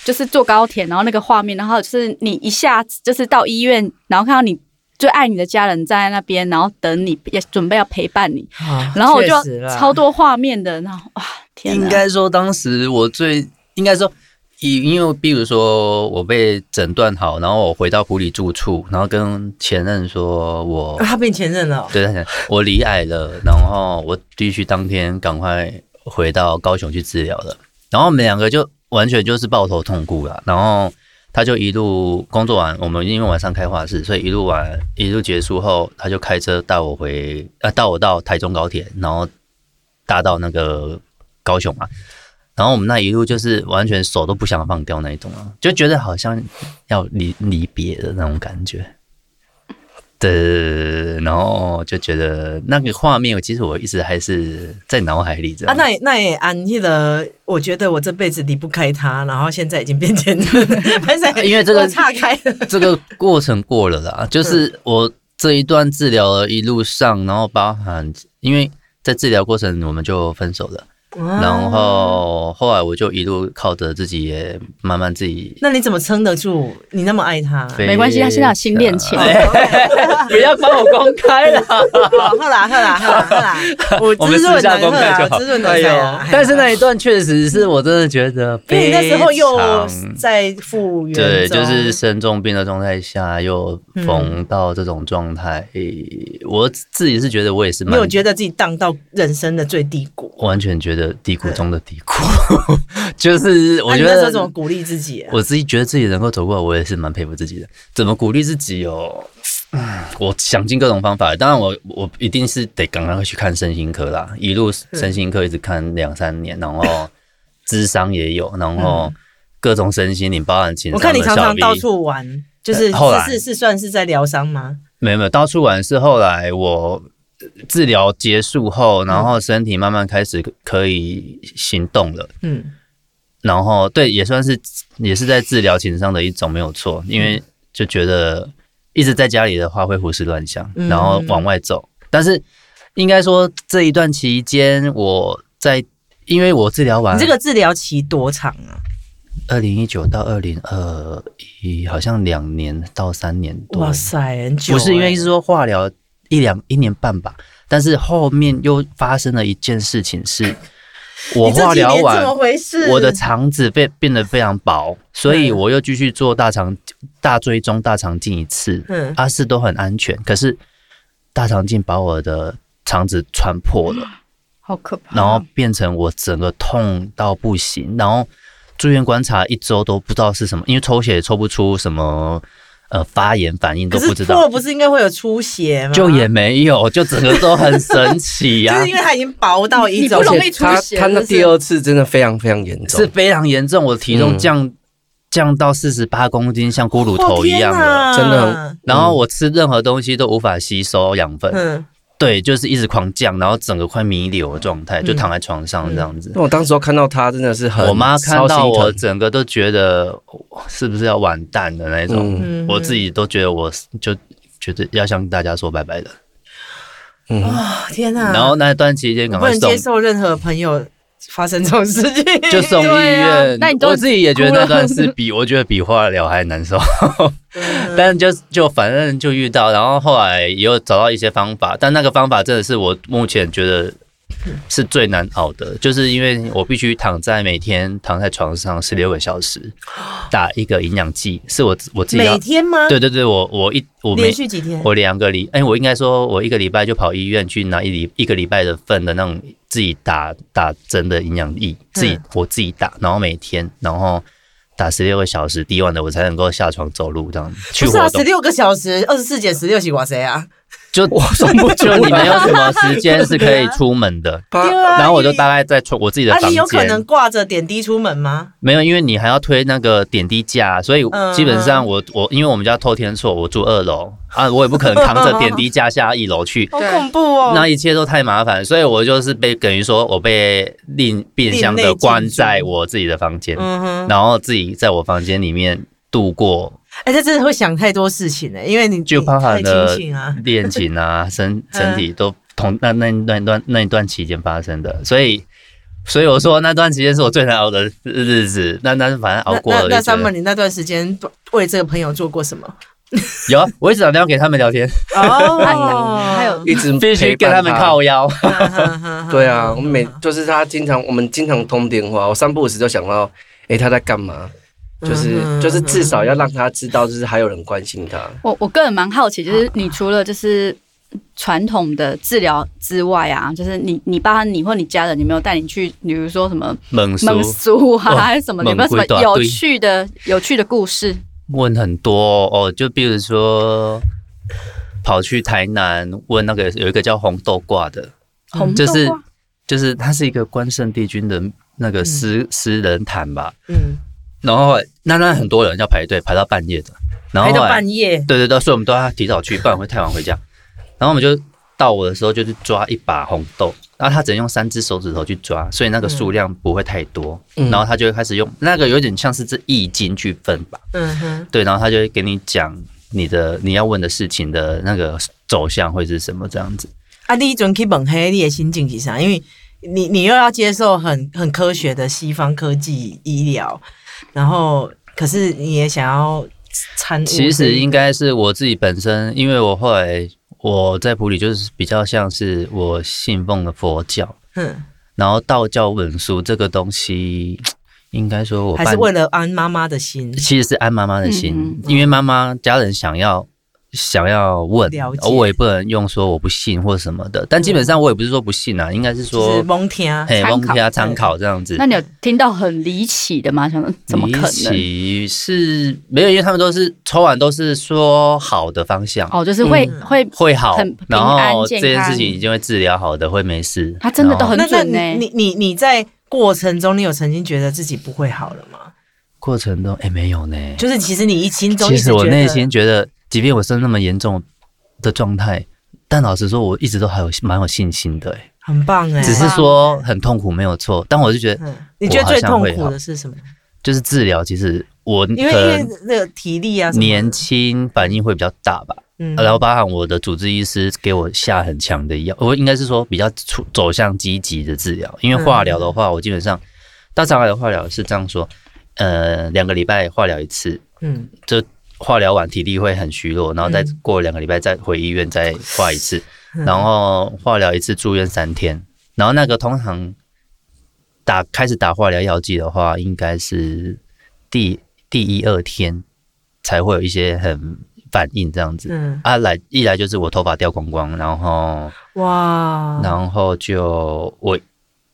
S2: 就是坐高铁，然后那个画面，然后就是你一下子就是到医院，然后看到你最爱你的家人站在那边，然后等你，也准备要陪伴你，
S3: 啊，
S2: 然后我就
S3: 确实啦
S2: 超多画面的，然后哇，天
S4: 应
S2: 哪！
S4: 该说，当时我最应该说，以因为比如说我被诊断好，然后我回到普里住处，然后跟前任说我
S3: 啊他变前任了哦，
S4: 对，他讲我离癌了，然后我必须当天赶快回到高雄去治疗了。然后我们两个就完全就是抱头痛哭了。然后他就一路工作完，我们因为晚上开画室，所以一路完一路结束后，他就开车带我回呃带我到台中高铁，然后搭到那个高雄嘛。然后我们那一路就是完全手都不想放掉那一种啊，就觉得好像要离离别的那种感觉。对对对对对，然后就觉得那个画面，其实我一直还是在脑海里这
S3: 啊，
S4: 样。
S3: 那也那也安逸了。我觉得我这辈子离不开他，然后现在已经变前任了， 但是
S4: 啊因为这个
S3: 我岔开了。
S4: 这个过程过了
S2: 嗯
S4: 啦，就是我这一段治疗的一路上，然后包含因为在治疗过程我们就分手了，
S2: 啊
S4: 然后后来我就一路靠着自己也慢慢自己。
S3: 那你怎么撑得住？你那么爱他？
S4: 飞
S2: 没关系，他现在有新恋
S4: 啊
S2: 情，
S1: 不要把我公开了。
S3: 好，哦喝啦，喝啦，喝啦，喝 啦！ 我
S4: 我们
S3: 滋润
S4: 私下
S3: 的，
S4: 公
S3: 喝
S4: 开
S3: 啦
S4: 就好
S3: 滋润的喝啦。
S4: 但是那一段确实是我真的觉得
S3: 啊 因为
S4: 非
S3: 你
S4: 常，
S3: 那时候又在复原中，
S4: 对，就是生重病的状态下又
S3: 嗯
S4: 逢到这种状态，诶我自己是觉得我也是
S3: 你
S4: 蛮
S3: 有觉得自己荡到人生的最低谷？
S4: 完全觉得低谷中的低谷， 就是我
S3: 嗯啊你
S4: 觉
S3: 那时
S4: 得
S3: 候怎么鼓励自己啊？
S4: 我自己觉得自己能够走过来，我也是蛮佩服自己的。怎么鼓励自己哦？嗯我想尽各种方法，当然我我一定是得赶快去看身心科啦，一路身心科一直看两三年，然后智商也有，然后各种身心灵，包含情
S3: 嗯我
S4: 商
S3: 看你
S4: 的
S3: 常
S4: 效
S3: 常
S4: 力。
S3: 到处玩，就是
S4: 呃后来
S3: 是是是算是在疗伤吗？
S4: 没有没有，到处玩是后来我呃治疗结束后，
S3: 嗯
S4: 然后身体慢慢开始可以行动了。
S3: 嗯，
S4: 然后对，也算是也是在治疗情商的一种，没有错，因
S3: 嗯
S4: 为就觉得一直在家里的话会胡思乱想，
S3: 嗯
S4: 然后往外走。但是应该说这一段期间，我在因为我治疗完
S3: 你这个治疗期多长啊？
S4: 二零一九到二零二一，好像两年到三年多，
S3: 哇塞，很久欸。
S4: 不是因为是说化疗一两一年半吧，但是后面又发生了一件事情是。我
S3: 你这
S4: 化
S3: 几
S4: 疗
S3: 年
S4: 完
S3: 怎么，回事？
S4: 我的肠子被变得非常薄，所
S3: 嗯
S4: 以我又继续做大肠大追踪大肠镜一次，
S3: 嗯
S4: 阿四都很安全，可是大肠镜把我的肠子穿破了，
S2: 好可怕。
S3: 啊
S4: 然后变成我整个痛到不行，然后住院观察一周都不知道是什么，因为抽血也抽不出什么呃发炎反应都
S3: 可
S4: 不
S3: 是
S4: 知
S3: 破
S4: 道，
S3: 不是应该会有出血吗？
S4: 就也没有，就整个都 很神奇
S3: 就
S4: 呀、
S3: 是因为它已经薄到一种
S2: 不
S1: 而
S2: 容
S1: 且
S2: 易出
S1: 他
S2: 血
S1: 他那
S2: 就是
S1: 第二次真的非常非常严重，
S4: 是非常严重，我的体重降、降到四十八公斤，像骷髅头一样了。
S3: 哦
S1: 真的。
S4: 然后我吃任何东西都无法吸收养分，
S3: 天哪嗯，
S4: 对，就是一直狂降，然后整个快弥留的状态，就
S3: 嗯
S4: 躺在床上这样子。
S1: 那我当时候看到他真的是很，
S4: 我妈看
S1: 超
S4: 到
S1: 心疼
S4: 我，整个都觉得哦是不是要完蛋的那种，
S1: 嗯
S4: 我自己都觉得我就觉得要向大家说拜拜的。
S1: 嗯，
S3: 啊，天哪！
S4: 然后那段期间赶
S3: 我不
S4: 快
S3: 能
S4: 送
S3: 接，受任何朋友发生这种事 情，
S4: 就送医
S2: 对啊
S4: 院
S2: 那你。都
S4: 我自己也觉得
S2: 哭了
S4: 那段是比我觉得比化疗还 难受，
S3: 嗯
S4: 但就就反正就遇到，然后后来也有找到一些方法，但那个方法真的是我目前觉得。是最难熬的，就是因为我必须躺在每天躺在床上十六个小时，打一个营养剂，是我我自己要
S3: 每天吗？
S4: 对对对，我我一我每
S3: 连续几天？
S4: 我两个礼，哎、我应该说，我一个礼拜就跑医院去拿一礼一个礼拜的份的那种自己打打针的营养液，自己、
S3: 嗯
S4: 我自己打，然后每天，然后打十六个小时滴完的，我才能够下床走路这样去
S3: 不是
S4: 活
S3: 啊，十
S4: 动。
S3: 六个小时，二十四减十六是哇塞啊！
S4: 就我算 不就你没有什么时间是可以出门的，
S1: 他
S3: 啊对啊
S4: 然后我就大概在床我自己的
S3: 啊，
S4: 房
S3: 你有可能
S4: 间，
S3: 挂着点滴出门吗？
S4: 没有，因为你还要推那个点滴架，所以
S3: 嗯
S4: 基本上我我因为我们家透天厝，我住二楼啊，我也不可能扛 着点滴架下一楼去，
S3: 好
S2: 对
S3: 恐怖哦！
S4: 那一切都太麻烦，所以我就是被等于说我被另变相
S3: 另类
S4: 的
S3: 禁
S4: 关
S3: 足
S4: 在我自己的房间，
S3: 嗯哼。
S4: 然后自己在我房间里面度过，
S3: 哎、这真的会想太多事情呢、因为你
S4: 就包含
S3: 你太
S4: 了
S3: 清醒啊，
S4: 恋情啊、身
S3: 嗯
S4: 身体都同那那那段那一段期间发生的，所以所以我说那段期间是我最难熬的日日子。那那反正熬
S3: 那
S4: 过
S3: 那
S4: 了
S3: 那
S4: 就觉
S3: summer，
S4: 得
S3: 你那段时间为这个朋友做过什么？
S4: 有啊，我一直打电话给他们聊 天，
S3: 哦
S2: 还有
S1: 一直
S4: 必须
S1: 陪
S4: 跟
S1: 伴
S4: 他们靠腰。
S1: 对啊，我们每就是他经常我们经常通电话，我三不五时就想到，诶，他在干嘛？就是
S3: 嗯
S1: 就是至少要让他知道，就是还有人关心他。
S2: 我我个人蛮好奇，就是你除了就是传统的治疗之外啊，就是你你爸你或你家人有没有带你去，比如说什么
S4: 猛
S2: 蒙
S4: 叔
S2: 苏啊，
S4: 哇
S2: 还是什么？有没有什么
S4: 蒙古哦一大
S2: 有
S4: 堆
S2: 趣的有趣的故事？
S4: 问很多哦，哦就比如说跑去台南问那个有一个叫红豆挂的，
S2: 红豆
S4: 就是
S2: 瓜
S4: 就是他是一个关圣帝君的那个私、私人坛吧，
S3: 嗯，
S4: 然后后来那那很多人要排队排到半夜的，然后
S3: 陪
S4: 后
S3: 到
S4: 来
S3: 半夜，
S4: 对对对，所以我们都要提早去，不然会太晚回家。然后我们就到我的时候，就是抓一把红豆，然后他只能用三只手指头去抓，所以那个
S3: 嗯
S4: 数量不会太多。
S1: 嗯
S4: 然后他就会开始用那个有点像是这易经去分吧，
S3: 嗯哼，
S4: 对，然后他就会给你讲你的你要问的事情的那个走向会是什么这样子。
S3: 啊，你一准去问黑你的心境是啥？因为你你又要接受很很科学的西方科技医疗，然后可是你也想要参悟这一，
S4: 其实应该是我自己本身，因为我后来我在普里就是比较像是我信奉的佛教，
S3: 嗯，
S4: 然后道教文书这个东西，应该说我
S3: 还
S4: 半
S3: 是为了安妈妈的心，
S4: 其实是安妈妈的心，
S2: 嗯
S4: 因为妈妈家人想要想要问
S3: 了，解
S4: 而我也不能用说我不信或什么的，但基本上我也不是说不信啊，应该
S3: 就
S4: 是
S3: 是
S4: 说
S3: 蒙天啊，
S4: 嘿，
S2: 参
S4: 蒙
S2: 考
S4: 家参考这样子。
S2: 那你有听到很离奇的吗？想说怎么可
S4: 离
S2: 能？
S4: 奇是没有，因为他们都是抽完都是说好的方向，
S2: 哦，就是会、
S3: 嗯
S2: 会，
S4: 会好
S2: 很，
S4: 然
S2: 平安
S4: 后这
S2: 健
S4: 件
S2: 康
S4: 事情一定会治疗好的，会没事。
S2: 他真的
S4: 然
S2: 都
S4: 后
S2: 很
S3: 那那
S2: 准呢、
S3: 你你你你在过程中，你有曾经觉得自己不会好了吗？
S4: 过程中，哎、没有呢。
S3: 就是其实你一心中
S4: 其
S3: 一直
S4: 实我
S3: 觉得
S4: 内心觉得，即便我生那么严重的状态，但老实说，我一直都还有蛮有信心的、哎
S3: 很棒
S2: 嗯
S3: 哎、
S4: 只是说很痛苦没有错，但我就觉得，
S3: 嗯，你觉得最痛苦的是什么？
S4: 就是治疗，其实我可
S3: 因为因为
S4: 能
S3: 那个体力啊什么的，
S4: 年轻反应会比较大吧。
S3: 嗯
S4: 然后包含我的主治医师给我下很强的药，我应该是说比较出走向积极的治疗，因为化疗的话，我基本上大肠癌的化疗是这样说，呃，两个礼拜化疗一次，
S3: 嗯
S4: 就化疗完体力会很虚弱，然后再
S3: 嗯
S4: 过两个礼拜再回医院再化一次，然后化疗一次住院三天，然后那个通常打开始打化疗药剂的话，应该是第第一二天才会有一些很反应这样子。
S3: 嗯
S4: 啊，来一来就是我头发掉光光，然
S3: 哦
S4: 后
S3: 哇，
S4: 嗯然后就我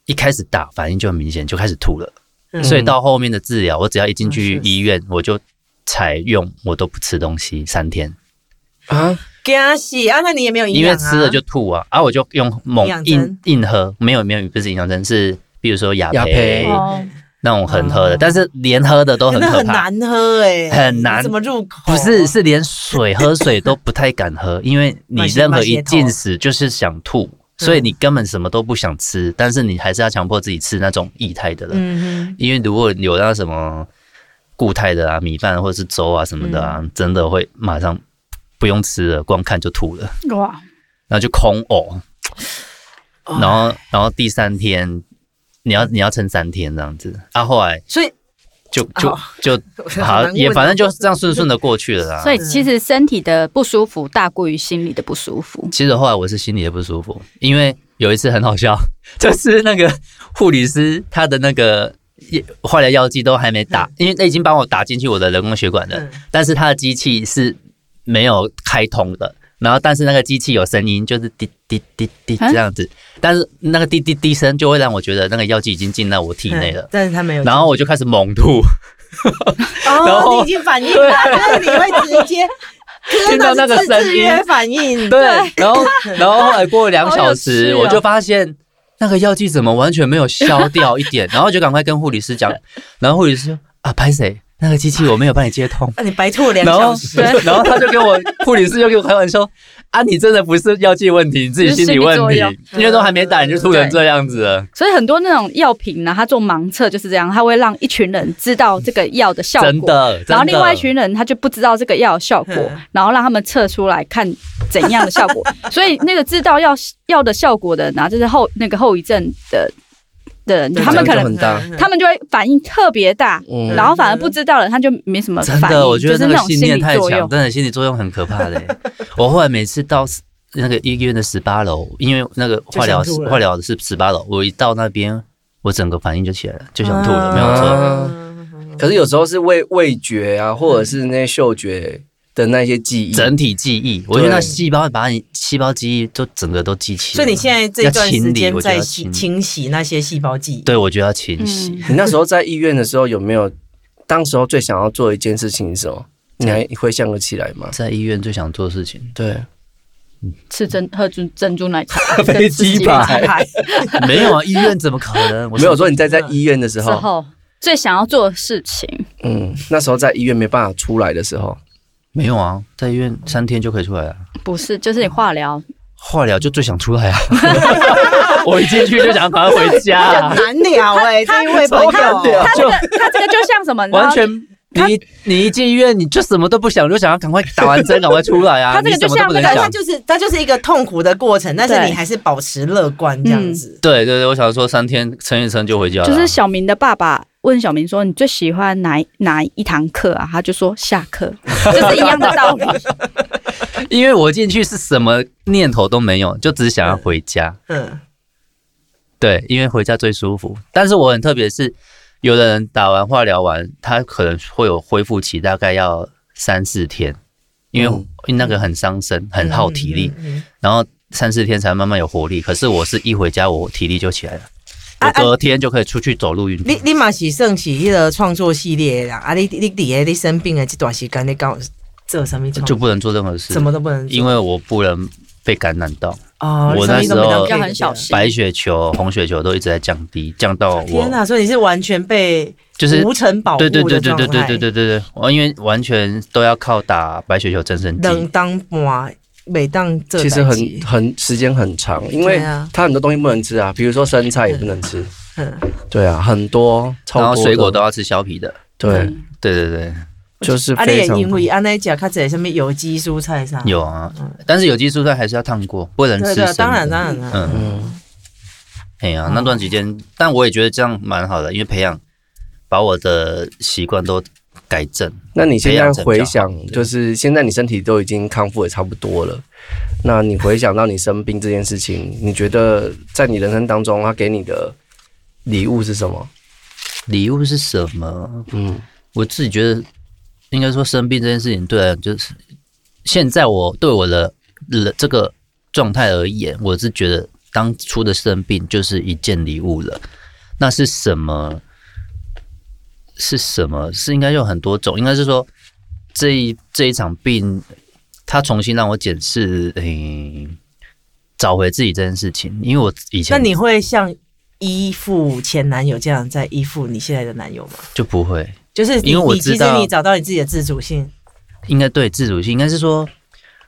S4: 一开始打反应就很明显，就开始吐了，
S3: 嗯
S4: 所以到后面的治疗，我只要一进去
S3: 嗯是
S4: 医院，我就采用我都不吃东西三天，
S1: 啊，
S3: 惊死啊！那你也没有营
S4: 因
S3: 养、啊、
S4: 为吃了就吐啊，啊我就用猛
S3: 营养
S4: 硬
S3: 针
S4: 硬喝，没有没有不是营养针，是比如说雅
S1: 雅
S4: 培
S1: 培
S2: 哦，
S4: 那种很喝的，
S3: 哦
S4: 但是连喝的都很
S3: 真的
S4: 可
S3: 很
S4: 怕，
S3: 难喝哎、
S4: 很难
S3: 你怎么入口？
S4: 不是是连水喝水都不太敢喝，因为你任何一进食就是想 吐。
S3: 嗯
S4: 所以你根本什么都不想吃，但是你还是要强迫自己吃那种液态的了。
S3: 嗯
S4: 因为如果有那什么固态的啊，米饭或者是粥啊什么的啊，
S3: 嗯
S4: 真的会马上不用吃了，光看就吐了，
S2: 哇，
S4: 然后就空呕，
S3: 哼，
S4: 然
S3: 哦
S4: 后然后第三天你要你要撑三天这样子，啊后来
S3: 所以
S4: 就就
S3: 哦
S4: 就好也反正就是这样顺顺的过去了啦。
S2: 所
S3: 嗯
S2: 以其实身体的不舒服大过于心理的不舒服。
S4: 其实后来我是心里也不舒服，因为有一次很好笑， 就是那个护理师他的那个也坏的药剂都还没打，因为那已经帮我打进去我的人工血管了，
S3: 嗯
S4: 但是他的机器是没有开通的。然后，但是那个机器有声音，就是滴滴滴滴
S2: 啊
S4: 这样子，但是那个滴滴滴声就会让我觉得那个药剂已经进到我体内了，
S3: 嗯但是他没有，
S4: 然后我就开始猛吐，然
S3: 哦，
S4: 后
S3: 你已经反应了，就是你会直接
S4: 听到那个
S3: 真的是
S4: 声
S3: 自
S4: 音
S3: 约反应，。
S4: 对，然后然后后来过了两小
S2: 好有趣
S4: 时，
S2: 哦
S4: 我就发现那个药剂怎么完全没有消掉一 点，然后就赶快跟护理师讲，然后护理师说啊，拍谁？那个机器我没有帮你接通
S3: 那你白吐了两
S4: 然
S3: 小
S4: 后
S3: 时，，
S4: 然后他就跟我护理师就跟我开玩笑啊，你真的不是药剂问题，你自己心理
S2: 是心
S4: 问
S2: 理作
S4: 题
S2: 用，
S4: 因为都还没打你就吐成这样子了，
S2: 所以很多那种药品呢，它做盲测就是这样，它会让一群人知道这个药的效
S4: 真
S2: 果，
S4: 的。真的
S2: 然后另外一群人他就不知道这个药的效果
S3: 嗯，
S2: 然后让他们测出来看怎样的效 果。所以那个知道药药的效果的人啊，就是后那个后遗症的的人，
S3: 对
S2: 他们可
S1: 这样就
S2: 能
S1: 很大
S2: 他们就会反应特别大，
S1: 嗯
S2: 然后反而不知道了，他就没什么
S4: 真
S2: 呃反
S4: 的，
S2: 应，
S4: 我觉
S2: 就
S4: 得
S2: 是
S4: 那
S2: 种
S4: 个信
S2: 心
S4: 念
S2: 理
S4: 太
S2: 作
S4: 强，
S2: 用。
S4: 真的心理作用很可怕的 欸。我后来每次到那个医院的十八楼，因为那个化疗
S3: 就想吐了
S4: 化疗是十八楼，我一到那边，我整个反应就起来了，就想吐了，
S3: 啊
S4: 没有错。
S1: 可是有时候是味味觉啊，或者是那些嗅觉的那些记忆，
S4: 整体记忆，我觉得那细胞把你细胞记忆都整个都记起
S3: 所
S4: 来。
S3: 以你现在这段时间在洗
S4: 要清理我觉得要清理
S3: 清洗那些细胞记忆，
S4: 对，我觉得要清洗。
S2: 嗯，
S1: 你那时候在医院的时候有没有？当时候最想要做一件事情是什么？你还回想得起来吗？
S4: 在医院最想做的事情
S1: 对，
S2: 吃珍喝珍珍珠 奶茶，
S1: 飞机吧
S2: 跟自己
S4: 哦
S3: 哎
S4: 没有啊？医院怎么可能？我
S1: 没有说你在在医院的时
S2: 之
S1: 候，
S2: 后最想要做的事情，
S1: 嗯，那时候在医院没办法出来的时候，
S4: 没有啊，在医院三天就可以出来了。
S2: 不是就是你化疗，
S4: 化疗就最想出 来啊！我一进去就想赶快回家啊、
S3: 很难聊哎，这一位朋
S1: 超难
S3: 友
S1: 聊，
S2: 他这个他这个就像什么，你知道
S4: 完全你你一进医院你就什么都不想，就想要赶快打完针，赶快出来啊！
S2: 他这个
S4: 你什么
S2: 就
S4: 都
S2: 像
S4: 不
S2: 那
S4: 能
S3: 但
S2: 个
S4: 想
S3: 他。就是他就是一个痛苦的过程，但是
S2: 对
S3: 你还是保持乐观这样子。
S4: 对对对，我想说三天撑一撑就回家了。
S2: 就是小明的爸爸问小明说：“你最喜欢哪一哪一堂课啊？”他就说：“下课。”就是一样的道理。
S4: 因为我进去是什么念头都没有，就只想要回家。
S3: 嗯，
S4: 对，因为回家最舒服。但是我很特别是，有的人打完化疗完，他可能会有恢复期，大概要三四天，因为
S1: 嗯
S4: 那个很伤身，很耗体力，
S3: 嗯。嗯嗯
S4: 然后三四天才慢慢有活力。可是我是一回家，我体力就起来了，
S3: 啊
S4: 我
S3: 啊
S4: 隔天就可以出去走路运动。
S3: 你你嘛是算是迄个创作系列的啦，啊你你伫诶你生病的这段时间，你搞做什么创
S4: 就不能做任何事
S3: 什，么都不能做，
S4: 因为我不能被感染到。
S3: 哦，
S4: 我
S3: 你什么都
S4: 那时
S3: 没
S4: 候
S3: 当
S2: 要很小心
S4: 白血球、红血球都一直在降低，降到
S3: 天
S4: 我
S3: 哪，所以你是完全被
S4: 就是
S3: 无尘保护
S4: 对
S3: 的
S4: 对对对
S3: 状态
S4: 对对对对对对，我因为完全都要靠打白血球增生
S3: 人
S4: 剂，
S3: 当半每当这
S1: 其实很很时间很长，因为
S3: 对啊
S1: 它很多东西不能吃啊，比如说生菜也不能吃，
S3: 嗯
S1: 对啊，很多，超
S4: 然后
S1: 多
S4: 水果
S1: 的
S4: 都要吃消皮的。
S1: 对，
S2: 嗯
S4: 对对对，
S1: 就是
S3: 啊，你也
S1: 非常
S3: 因为安尼食较侪什么有机蔬菜啥，
S4: 有啊，但是有机蔬菜还是要烫过，不能
S3: 对
S4: 吃
S3: 对
S4: 生
S3: 啊
S4: 的。，
S3: 当然当然啊，
S4: 嗯，
S1: 嗯，
S4: 哎呀，那段期间，但我也觉得这样蛮好的，因为培养把我的习惯都改正。
S1: 那你现
S4: 培
S1: 在
S4: 养成
S1: 回
S4: 长
S1: 想，
S4: 对
S1: 就是现在你身体都已经康复也差不多了，那你回想到你生病这件事情，你觉得在你人生当中，他给你的礼物是什么？
S4: 礼物是什么？
S1: 嗯，
S4: 我自己觉得，应该说生病这件事情，对啊，就是现在我对我的了这个状态而言，我是觉得当初的生病就是一件礼物了。那是什么？是什么？是应该有很多种，应该是说这一这一场病，它重新让我检视，诶、找回自己这件事情。因为我以
S3: 那
S4: 前
S3: 你会像依附前男友这样在依附你现在的男友吗？
S4: 就不会，
S3: 就是你
S4: 因为我
S3: 你
S4: 知
S3: 其实
S4: 道
S3: 你找到你自己的自主性，
S4: 应该对自主性，应该是说，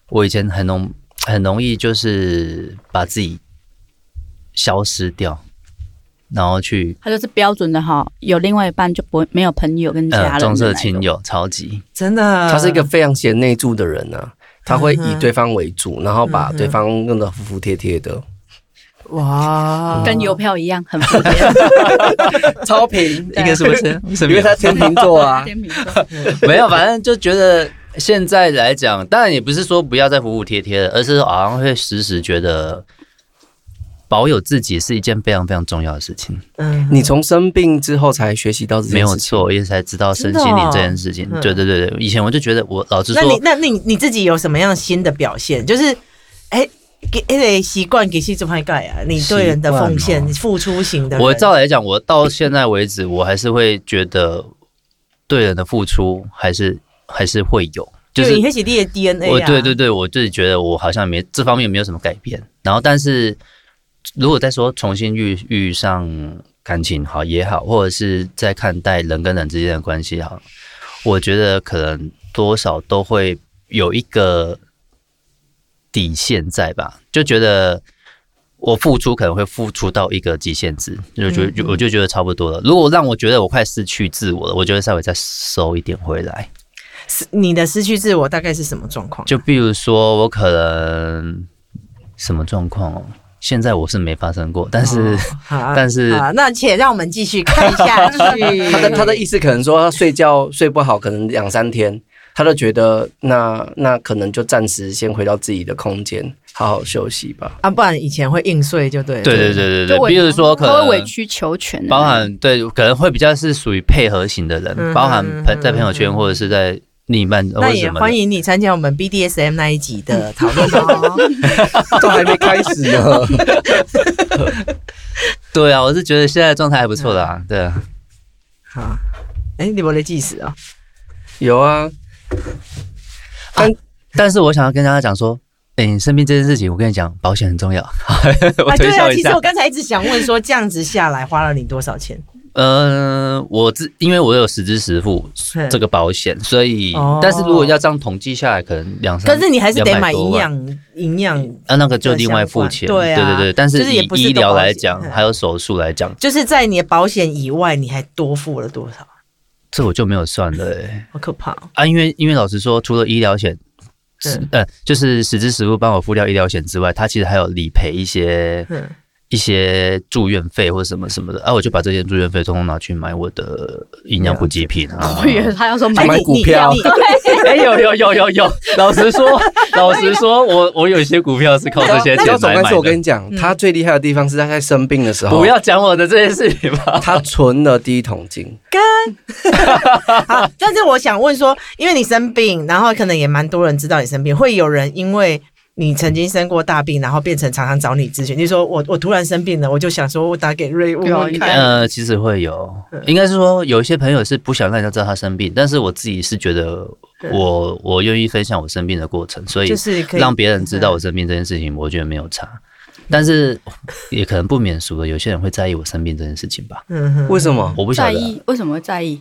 S4: 我以前很容很容易就是把自己消失掉，然后去
S2: 他就是标准的哈，有另外一半就不会没有朋友跟家人的那
S4: 呃
S2: 种，
S4: 重色轻友，超级
S3: 真的。
S1: 他是一个非常贤内助的人呢、他会以对方为主，然后把
S3: 嗯哼
S1: 对方弄得服服帖帖的，
S3: 哇，哦
S2: 跟邮票一样，很普遍。
S1: 超 平，
S2: 对啊
S4: 不是？
S1: 因为他天秤座 啊，
S2: 天秤座
S4: 没有，反正就觉得现在来讲，当然也不是说不要再服服帖帖的，而是好像会时时觉得保有自己是一件非常非常重要的事情。
S3: 嗯
S1: 你从生病之后才学习到这
S4: 没
S1: 件
S4: 有
S1: 事情，
S4: 错，我也才知道身心
S3: 真的
S4: 灵
S3: 哦
S4: 这件事情。
S3: 嗯
S4: 对对对对，以前我就觉得我老实
S3: 那你
S4: 说，
S3: 那你你自己有什么样新的表现？就是，哎、给那个习惯给系做派盖啊，你对人的奉
S4: 习惯
S3: 献、
S4: 哦
S3: 你付出型的人，
S4: 我照来讲，我到现在为止，我还是会觉得对人的付出还是还是会有，就
S3: 就是你黑起你的 DNA 啊，
S4: 我对对对，我自己觉得我好像没这方面没有什么改变。然后，但是如果再说重新遇遇上感情好也好，或者是在看待人跟人之间的关系好，我觉得可能多少都会有一个底线在吧，就觉得。我付出可能会付出到一个极限值，就觉
S3: 嗯嗯
S4: 就我就觉得差不多了。如果让我觉得我快失去自我了，我就会稍微再收一点回来。
S3: 失，你的失去自我大概是什么状况？
S4: 就比如说，我可能什么状况哦？现在我是没发生过，但 是、
S3: 好啊，
S4: 但是
S3: 好啊，那且让我们继续看 下去。
S1: 他的他的意思可能说他睡觉睡不好，可能两三天，他就觉得那那可能就暂时先回到自己的空间，好好休息吧。
S3: 啊，不然以前会硬睡就对了。
S4: 对对对对
S2: 就
S4: 对，
S2: 委
S4: 比如说可
S2: 他会委
S4: 能
S2: 曲求全啊的那种，
S4: 包含对，可能会比较是属于配合型的人，
S3: 嗯
S4: 包含
S3: 嗯
S4: 朋在朋友
S3: 嗯
S4: 圈
S3: 嗯
S4: 或者是在另一半或
S3: 那
S4: 者
S3: 也
S4: 什么
S3: 欢
S4: 的。
S3: 迎你参加我们 BDSM 那一集的讨 论哦。
S1: 都还没开始呢，
S4: 对啊，我是觉得现在状态还不错的
S3: 嗯
S4: 啊，对啊，
S3: 好，哎，你不能计时哦。
S1: 有啊，
S4: 但是我想要跟大家讲说。哎、你生病这件事情，我跟你讲，保险很重要。 我
S3: 啊，对
S4: 推
S3: 啊，
S4: 销一
S3: 其实
S4: 下
S3: 我。刚才一直想问说，这样子下来花了你多少钱？
S4: 呃，我自因为我有实支实付
S3: 嗯
S4: 这个保险，所以、
S3: 哦
S4: 但是如果要这样统计下来，可能两三。
S3: 可是你还是得买
S4: 200多
S3: 营
S4: 万
S3: 养营养，
S4: 啊，那个就另外付钱，
S3: 相关对啊
S4: 对对但是
S3: 就是也
S4: 以
S3: 不是
S4: 医
S3: 都
S4: 疗
S3: 保险
S4: 来讲，
S3: 嗯
S4: 还有手术来讲，
S3: 就是在你的保险以外，你还多付了多少？
S4: 这我就没有算了、欸、
S3: 好可怕、哦！
S4: 啊，因为因为老实说，除了医疗险，是
S3: 嗯
S4: 呃，就是实支实付帮我付掉医疗险之外，他其实还有理赔一些
S3: 嗯，
S4: 一些住院费或什么什么的，啊，我就把这些住院费通通拿去买我的营养补给品 啊。
S2: 我以为他要说买
S1: 买
S3: 你
S1: 股票
S3: 你你
S4: 哎、有有有有有，老实说，老实说，我我有一些股票是靠这些
S1: 你知道
S4: 钱
S1: 总
S4: 来
S1: 干
S4: 买
S1: 事，我跟
S4: 的。
S1: 你讲，
S3: 嗯
S1: 他最厉害的地方是他在生病的时候，
S4: 不要讲我的这件事情吧。
S1: 他存了第一桶 金，
S3: 好，但是我想问说，因为你生病，然后可能也蛮多人知道你生病，会有人因为你曾经生过大病，然后变成常常找你咨询。你说我我突然生病了，我就想说我打给瑞问问
S2: 对啊应
S3: 看。
S4: 呃，其实会有
S3: 嗯，
S4: 应该是说有一些朋友是不想让人家知道他生病，但是我自己是觉得
S3: 对
S4: 我我愿意分享我生病的过程，所以嗯
S3: 就是可以
S4: 让别人知道我生病这件事情，我觉得没有差。但是也可能不免俗的，有些人会在意我生病这件事情吧？
S3: 嗯哼
S1: 为什么？
S4: 我不晓
S2: 在
S4: 得，啊
S2: 意，为什么会在意？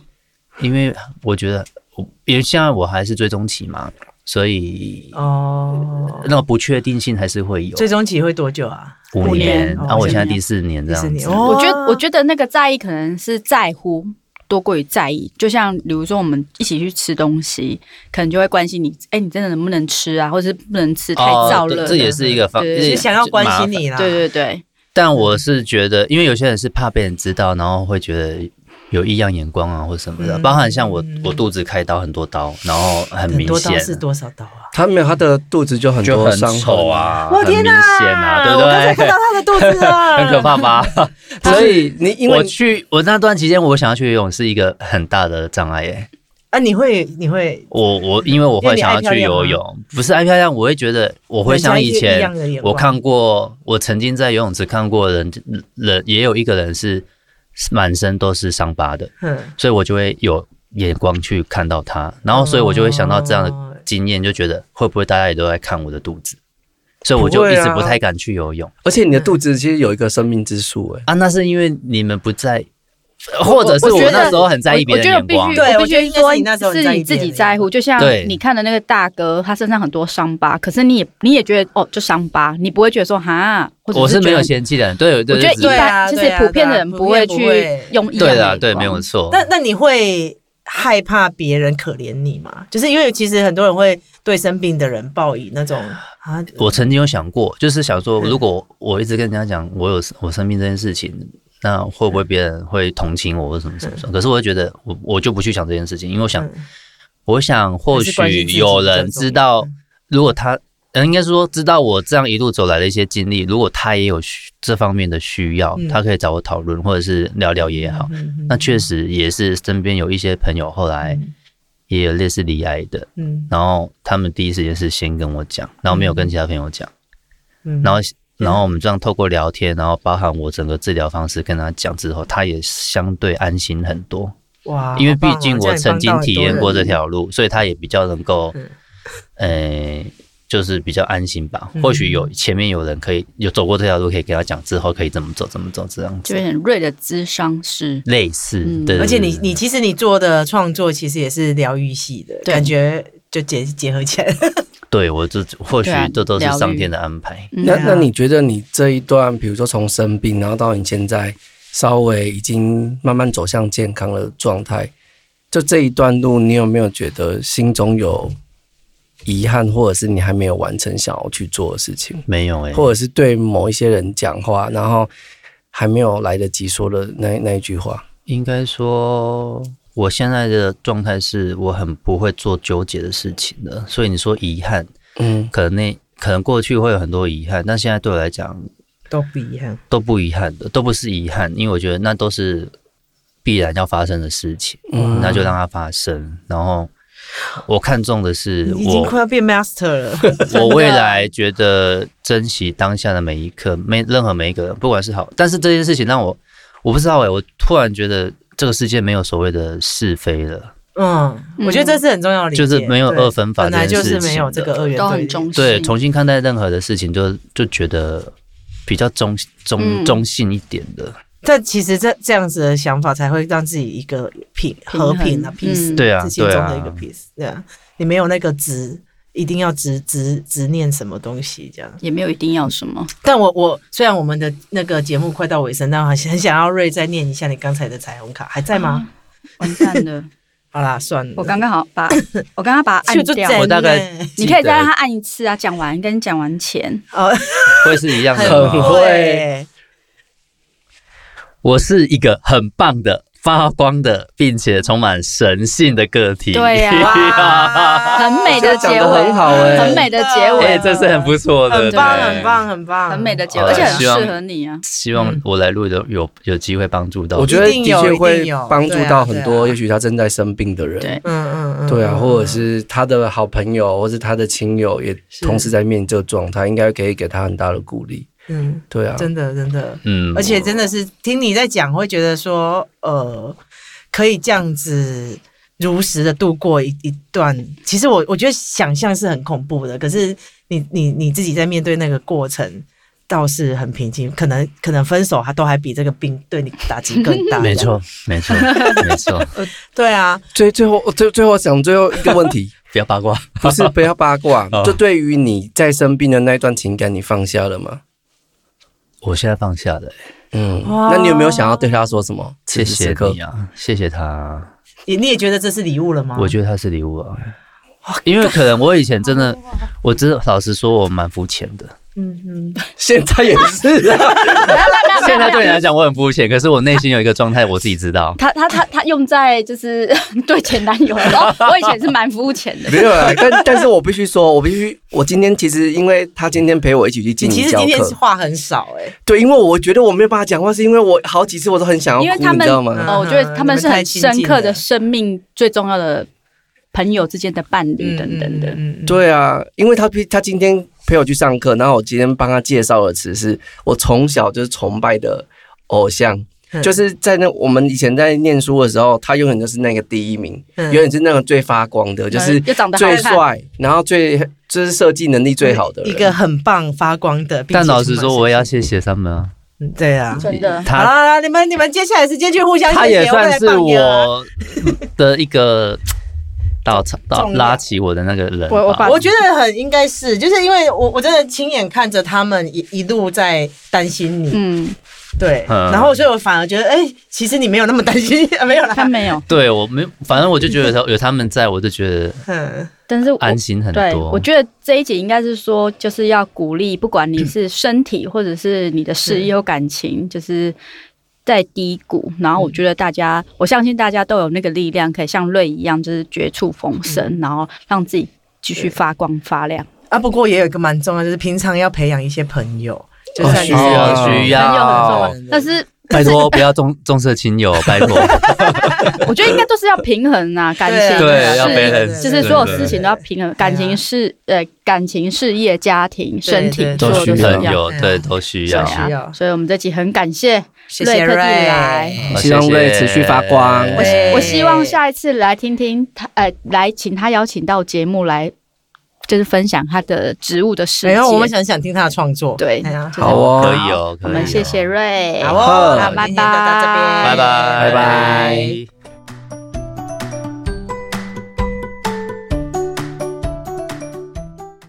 S4: 因为我觉得我因为现在我还是追踪期嘛，所以
S3: 哦，
S4: 那个不确定性还是会有
S3: 最。终期会多久啊？
S4: 五
S2: 五年
S4: 年，然
S3: 哦
S4: 后我
S3: 五
S4: 现在
S3: 年
S4: 第四年这
S3: 第四
S4: 样
S3: 年
S4: 子。
S3: 哦
S2: 我觉得，我觉得那个在意可能是在乎多过于在意。就像比如说，我们一起去吃东西，可能就会关心你，哎、你真的能不能吃啊，或者是不能吃，太燥
S4: 哦
S2: 热
S4: 对
S2: 了。
S4: 这也是一个方，
S2: 对
S4: 这
S2: 对
S4: 也
S3: 是想要关
S4: 麻
S3: 心
S4: 烦
S3: 你啦。
S2: 对对对，
S4: 但我是觉得，因为有些人是怕被人知道，然后会觉得有异样眼光啊，或什么的。
S3: 嗯
S4: 包含像我，我肚子开刀很多刀，然后很
S3: 很
S4: 明
S3: 多刀
S4: 显，
S3: 是多少刀啊？
S1: 他没有，他的肚子就很
S4: 就
S1: 多
S4: 很
S1: 伤
S4: 丑
S1: 口，
S4: 啊，
S3: 我
S4: 很明
S3: 天
S4: 显啊，对不
S3: 我刚才看
S4: 对
S3: 到？他的肚子了，
S4: 很可怕吧？
S1: 所
S4: 所以
S1: 以你因
S4: 我
S1: 为
S4: 去我那段期间，我想要去游泳是一个很大的障碍耶。
S3: 啊！你会你会，
S4: 我我因为我
S3: 因为
S4: 会
S3: 你
S4: 想
S3: 爱
S4: 要
S3: 漂
S4: 去
S3: 亮
S4: 游
S3: 吗
S4: 泳，不是爱漂亮，我会觉得我会
S3: 人
S4: 像
S3: 家
S4: 以
S3: 是异
S4: 前
S3: 样的眼
S4: 我
S3: 光
S4: 看过，我曾经在游泳池看过人人也有一个人是满身都是伤疤的，
S3: 嗯，
S4: 所以我就会有眼光去看到他，然哦后所以我就会想到这样的
S3: 哦
S4: 经验，就觉得会不会大家也都在看我的肚子，所以我
S1: 不
S4: 就
S1: 会
S4: 一
S1: 啊
S4: 直不太敢去游泳
S1: 而且你的肚子其实有一个生命之树，哎，
S4: 啊。那是因为你们不在，或者是
S2: 我
S4: 我
S2: 觉得
S4: 那时候很在意
S2: 我
S4: 别
S2: 我
S4: 人
S2: 觉得
S4: 眼
S2: 必须，
S4: 光。
S3: 对
S2: 我
S3: 我
S2: 必
S3: 觉得
S2: 须
S3: 应该是你那时候
S2: 说
S3: 很在
S2: 是
S3: 意
S2: 你自
S3: 别
S2: 己
S3: 人
S2: 在乎。就像
S4: 对
S2: 你看的那个大哥，他身上很多伤疤，可是你也你也觉得哦，就伤疤，你不会觉得说哈，或者
S4: 我是
S2: 觉
S4: 没有
S2: 得
S4: 嫌弃的人，对对
S2: 我觉得
S4: 对
S2: 一
S4: 对
S3: 对啊
S2: 般就是
S3: 对啊
S2: 普遍的人
S3: 对啊
S2: 不会
S3: 普遍不会
S2: 去用异样
S4: 对
S2: 的
S4: 啦，
S2: 眼
S4: 对，没
S2: 光
S4: 有错。
S3: 那那你会害怕别人可怜你吗？就是因为其实很多人会对生病的人报以那种啊，
S4: 我曾经有想过，就是想说，
S3: 嗯
S4: 如果我一直跟人家讲我有我生病这件事情，那会
S3: 嗯
S4: 不会别人会同情我或什么什么什么？可是我会觉得我我就不去想这件事情，因为我想，
S3: 嗯
S4: 我想或
S3: 还是关心
S4: 许
S3: 自己
S4: 有
S3: 比较
S4: 人
S3: 重
S4: 知
S3: 要嗯
S4: 道，如果他。呃应该是说，知道我这样一路走来的一些经历，如果他也有需这方面的需要，
S3: 嗯
S4: 他可以找我讨论，或者是聊聊也好。
S3: 嗯
S4: 那确实也是身边有一些朋友后来也有类似离癌的，
S3: 嗯
S4: 然后他们第一时间是先跟我讲，然后没有跟其他朋友讲。
S3: 嗯
S4: 然后然后我们这样透过聊天，然后包含我整个治疗方式跟他讲之后，他也相对安心很多，
S3: 哇，
S4: 因为
S3: 好
S4: 毕
S3: 棒哦
S4: 竟我曾经体验过这，条路，所以他也比较能够
S3: 嗯，
S4: 呃，就是比较安心吧。
S3: 嗯
S4: 或许有前面有人可以有走过这条路，可以给他讲之后可以怎么走，怎么走这样
S2: 就是
S4: 子，
S2: 很锐的智商是
S4: 类似
S2: 嗯
S4: 对。
S3: 这样你帮到很多人而且你
S4: 对
S3: 你其实你做的创作其实也是疗愈系的
S2: 对
S3: 感觉，就结结合起来，
S4: 对我这或许
S2: 对啊
S4: 这都是
S2: 疗愈
S4: 上天的安排。
S2: 嗯
S1: 那
S3: 对啊
S1: 那你觉得你这一段，比如说从生病，然后到你现在稍微已经慢慢走向健康的状态，就这一段路，你有没有觉得心中有遗憾，或者是你还没有完成想要去做的事情，
S4: 没有哎、
S1: 或者是对某一些人讲话，然后还没有来得及说的那那一句话？
S4: 应该说，我现在的状态是我很不会做纠结的事情的，所以你说遗憾，
S1: 嗯，
S4: 可能那可能过去会有很多遗憾，但现在对我来讲
S3: 都不一样。
S4: 都不遗憾的，都不是遗憾，因为我觉得那都是必然要发生的事情，
S1: 嗯
S4: 那就让它发生。然后我看重的是
S3: 你已经快
S4: 我
S3: 要变 master 了，
S4: 我未来觉得珍惜当下的每一刻，每任何每一个人，不管是好，但是这件事情让我我不知道诶、欸我突然觉得这个世界没有所谓的是非了。
S3: 嗯，
S2: 嗯
S3: 我觉得这是很重要的理解，
S4: 就是没有
S3: 对
S4: 二分法
S3: 本来
S4: 这
S3: 就
S4: 件事
S3: 是没有这
S4: 情
S3: 个二元
S2: 都
S3: 对
S2: 很
S3: 立
S2: 重视，
S4: 对，重新看待任何的事情就，就觉得比较中中
S2: 嗯
S4: 中性一点的。
S3: 但其实这这样子的想法才会让自己一个平
S2: 平
S3: 和
S2: 衡
S3: 平的 peace，、
S2: 嗯
S4: 对啊
S3: 自信中的一
S4: 对
S3: 个
S4: 啊
S3: peace，对啊，你没有那个执，一定要执执执念什么东西这样。
S2: 也没有一定要什么。
S3: 但我我虽然我们的那个节目快到尾声，但我还是很想要瑞再念一下你刚才的彩虹卡，还在吗？
S2: 完蛋了，
S3: 好啦，算了，
S2: 我刚刚好 把，我刚刚把它按
S3: 就
S2: 掉
S3: 这。样
S4: 我大概
S3: 欸
S2: 你可以再让他按一次啊，讲完跟你讲完前，
S3: 哦，
S4: 会是一样的
S1: 很
S4: 吗？
S1: 会
S3: 对，
S4: 我是一个很棒的、发光的，并且充满神性的个体。
S2: 对啊呀
S3: 哇
S2: 很美的
S1: 讲
S2: 结
S1: 得
S2: 尾
S1: 很，好哎、
S2: 很美的结
S4: 哎、
S2: 尾，
S4: 这是很不错的，
S3: 欸很棒，
S4: 对
S3: 很。棒，很棒，
S2: 很美的结
S4: 好
S2: 尾，
S4: 了
S2: 而且很
S4: 希望
S2: 适合你啊。
S4: 希望我来录的有有机会帮助到你。
S1: 我觉得
S3: 一定
S1: 的
S3: 有一
S1: 确会
S3: 定有
S1: 帮助
S3: 对啊
S1: 到很
S3: 对啊
S1: 多，也许他正在生病的人。
S2: 对。
S3: 嗯，嗯嗯嗯，
S1: 对啊，或者是他的好朋友，或是他的亲友，也
S3: 是
S1: 同时在面临这个状态，应该可以给他很大的鼓励。
S3: 嗯，
S1: 对啊，
S3: 真的真的，
S4: 嗯，
S3: 而且真的是听你在讲，会觉得说，呃，可以这样子如实的度过一一段。其实我我觉得想象是很恐怖的，可是你你你自己在面对那个过程，倒是很平静。可能可能分手还都还比这个病对你打击更大。
S4: 没错，没错，没错。
S3: 对啊，
S1: 最最后最最后想最后一个问 题，
S4: 不要八卦。
S1: 不是不要八 卦
S4: 哦，
S1: 就对于你在生病的那一段情感，你放下了吗？
S4: 我现在放下了，
S1: 嗯，
S3: 哇
S1: 那你有没有想要对他说什么？
S4: 谢
S1: 此时此
S4: 谢
S1: 刻
S4: 你啊，谢谢他。
S3: 你你也觉得这是礼物了吗？
S4: 我觉得它是礼物啊，因为可能我以前真的，我真的老实说，我蛮肤浅 的。
S3: 嗯嗯，
S1: 现在也是啊，
S4: 现在对你来讲，我很肤浅，可是我内心有一个状态，我自己知道
S2: 他他他他用在就是 对前男友的时候，我以前是蛮肤浅的，
S1: 没有啊。但但是我必须说，我必须，我今天其实因为他今天陪我一起去
S3: 你
S1: 进
S3: 其
S1: 行
S3: 实
S1: 教
S3: 今天
S1: 课，
S3: 话很少哎、
S1: 对，因为我觉得我没有办法讲话，是因为我好几次我都很想
S2: 因
S1: 要
S2: 为
S1: 哭，
S2: 他
S1: 你
S2: 们
S1: 知道吗？
S2: 哦，我觉得他们是很深刻的
S3: 嗯
S2: 生命最重要的朋友之间的伴侣等等的。
S3: 嗯，嗯，
S1: 对啊，因为他他今天陪我去上课，然后我今天帮他介绍的词是我从小就是崇拜的偶像，
S3: 嗯
S1: 就是在那我们以前在念书的时候，他永远都是那个第一名，
S3: 嗯
S1: 永远是那个最发光的，就是
S2: 嗯又长得好
S1: 最
S2: 看
S1: 帅，然后最就是设计能力最好的
S3: 一
S1: 人
S3: 个很棒发光的。并且
S4: 但老实说，我也要
S3: 充
S4: 谢谢他们啊，
S3: 满信心对啊。
S2: 真的
S3: 好
S4: 他
S3: 啦，你们你们接下来时间去互相
S4: 他
S3: 谢谢
S4: 也算是，
S3: 会来啊
S4: 我的一个到到
S3: 重要
S4: 拉起我的那个人
S2: 我我
S4: 吧
S2: 把
S3: 棒我觉得很应该是，就是因为我我真的亲眼看着他们一一路在担心你，
S2: 嗯，
S3: 对，
S4: 嗯
S3: 然后所以我反而觉得，哎、其实你没有那么担心， 没有啦，
S2: 他没有，
S4: 对我没，反正我就觉得有有他们在，我就觉得
S3: 嗯，
S2: 但是我
S4: 安心很
S2: 对，
S4: 多。
S2: 我觉得这一集应该是说，就是要鼓励，不管你是身体或者是你的事
S3: 嗯
S2: 业或感情，就是在低谷。然
S3: 嗯
S2: 后我觉得大家，我相信大家都有那个力量，可以像瑞一样，就是绝处
S3: 嗯
S2: 逢生，然后让自己继续发光发亮。
S3: 啊，不过也有一个蛮重要，就是平常要培养一些朋友，就
S1: 哦
S3: 算你是、
S1: 需要
S4: 需
S2: 朋友很重
S4: 要
S2: 要，但是
S4: 拜托不要重重色轻友，拜托。
S2: 我觉得应该都是要平衡啊，感
S3: 对啊
S2: 情
S4: 对
S2: 事
S4: 要
S2: 业
S4: balance，
S2: 就是所有
S4: 对对
S2: 事情都要平衡，感情
S3: 对啊
S2: 事呃感情、事业、家庭、身体，
S3: 对
S2: 所
S4: 都
S2: 有都
S4: 需
S1: 都
S2: 是
S1: 需
S2: 一
S1: 要
S4: 要，
S2: 样的。
S4: 有对都需
S2: 对
S4: 要。
S3: 需
S2: 啊，
S3: 要
S2: 所以我们这集很感谢
S3: 谢
S2: 瑞
S3: 谢
S2: 特地
S3: 瑞
S2: 来
S4: 好
S1: 希望
S4: 谢谢
S1: 瑞持续发光
S2: 我希
S3: 对
S2: 我希望下一次来听听他，呃，来请他邀请到节目来，就是分享他的植物的世
S3: 没
S2: 界。
S3: 有，我们想想听他的创作，
S2: 对
S3: 哎呀
S2: 就是
S1: 好哦，
S4: 可以哦，可
S2: 我
S4: 以哦。
S2: 们谢谢瑞，
S3: 好哦，那我
S2: 好
S3: 们今天就到这边，
S4: 拜拜，
S1: 拜拜。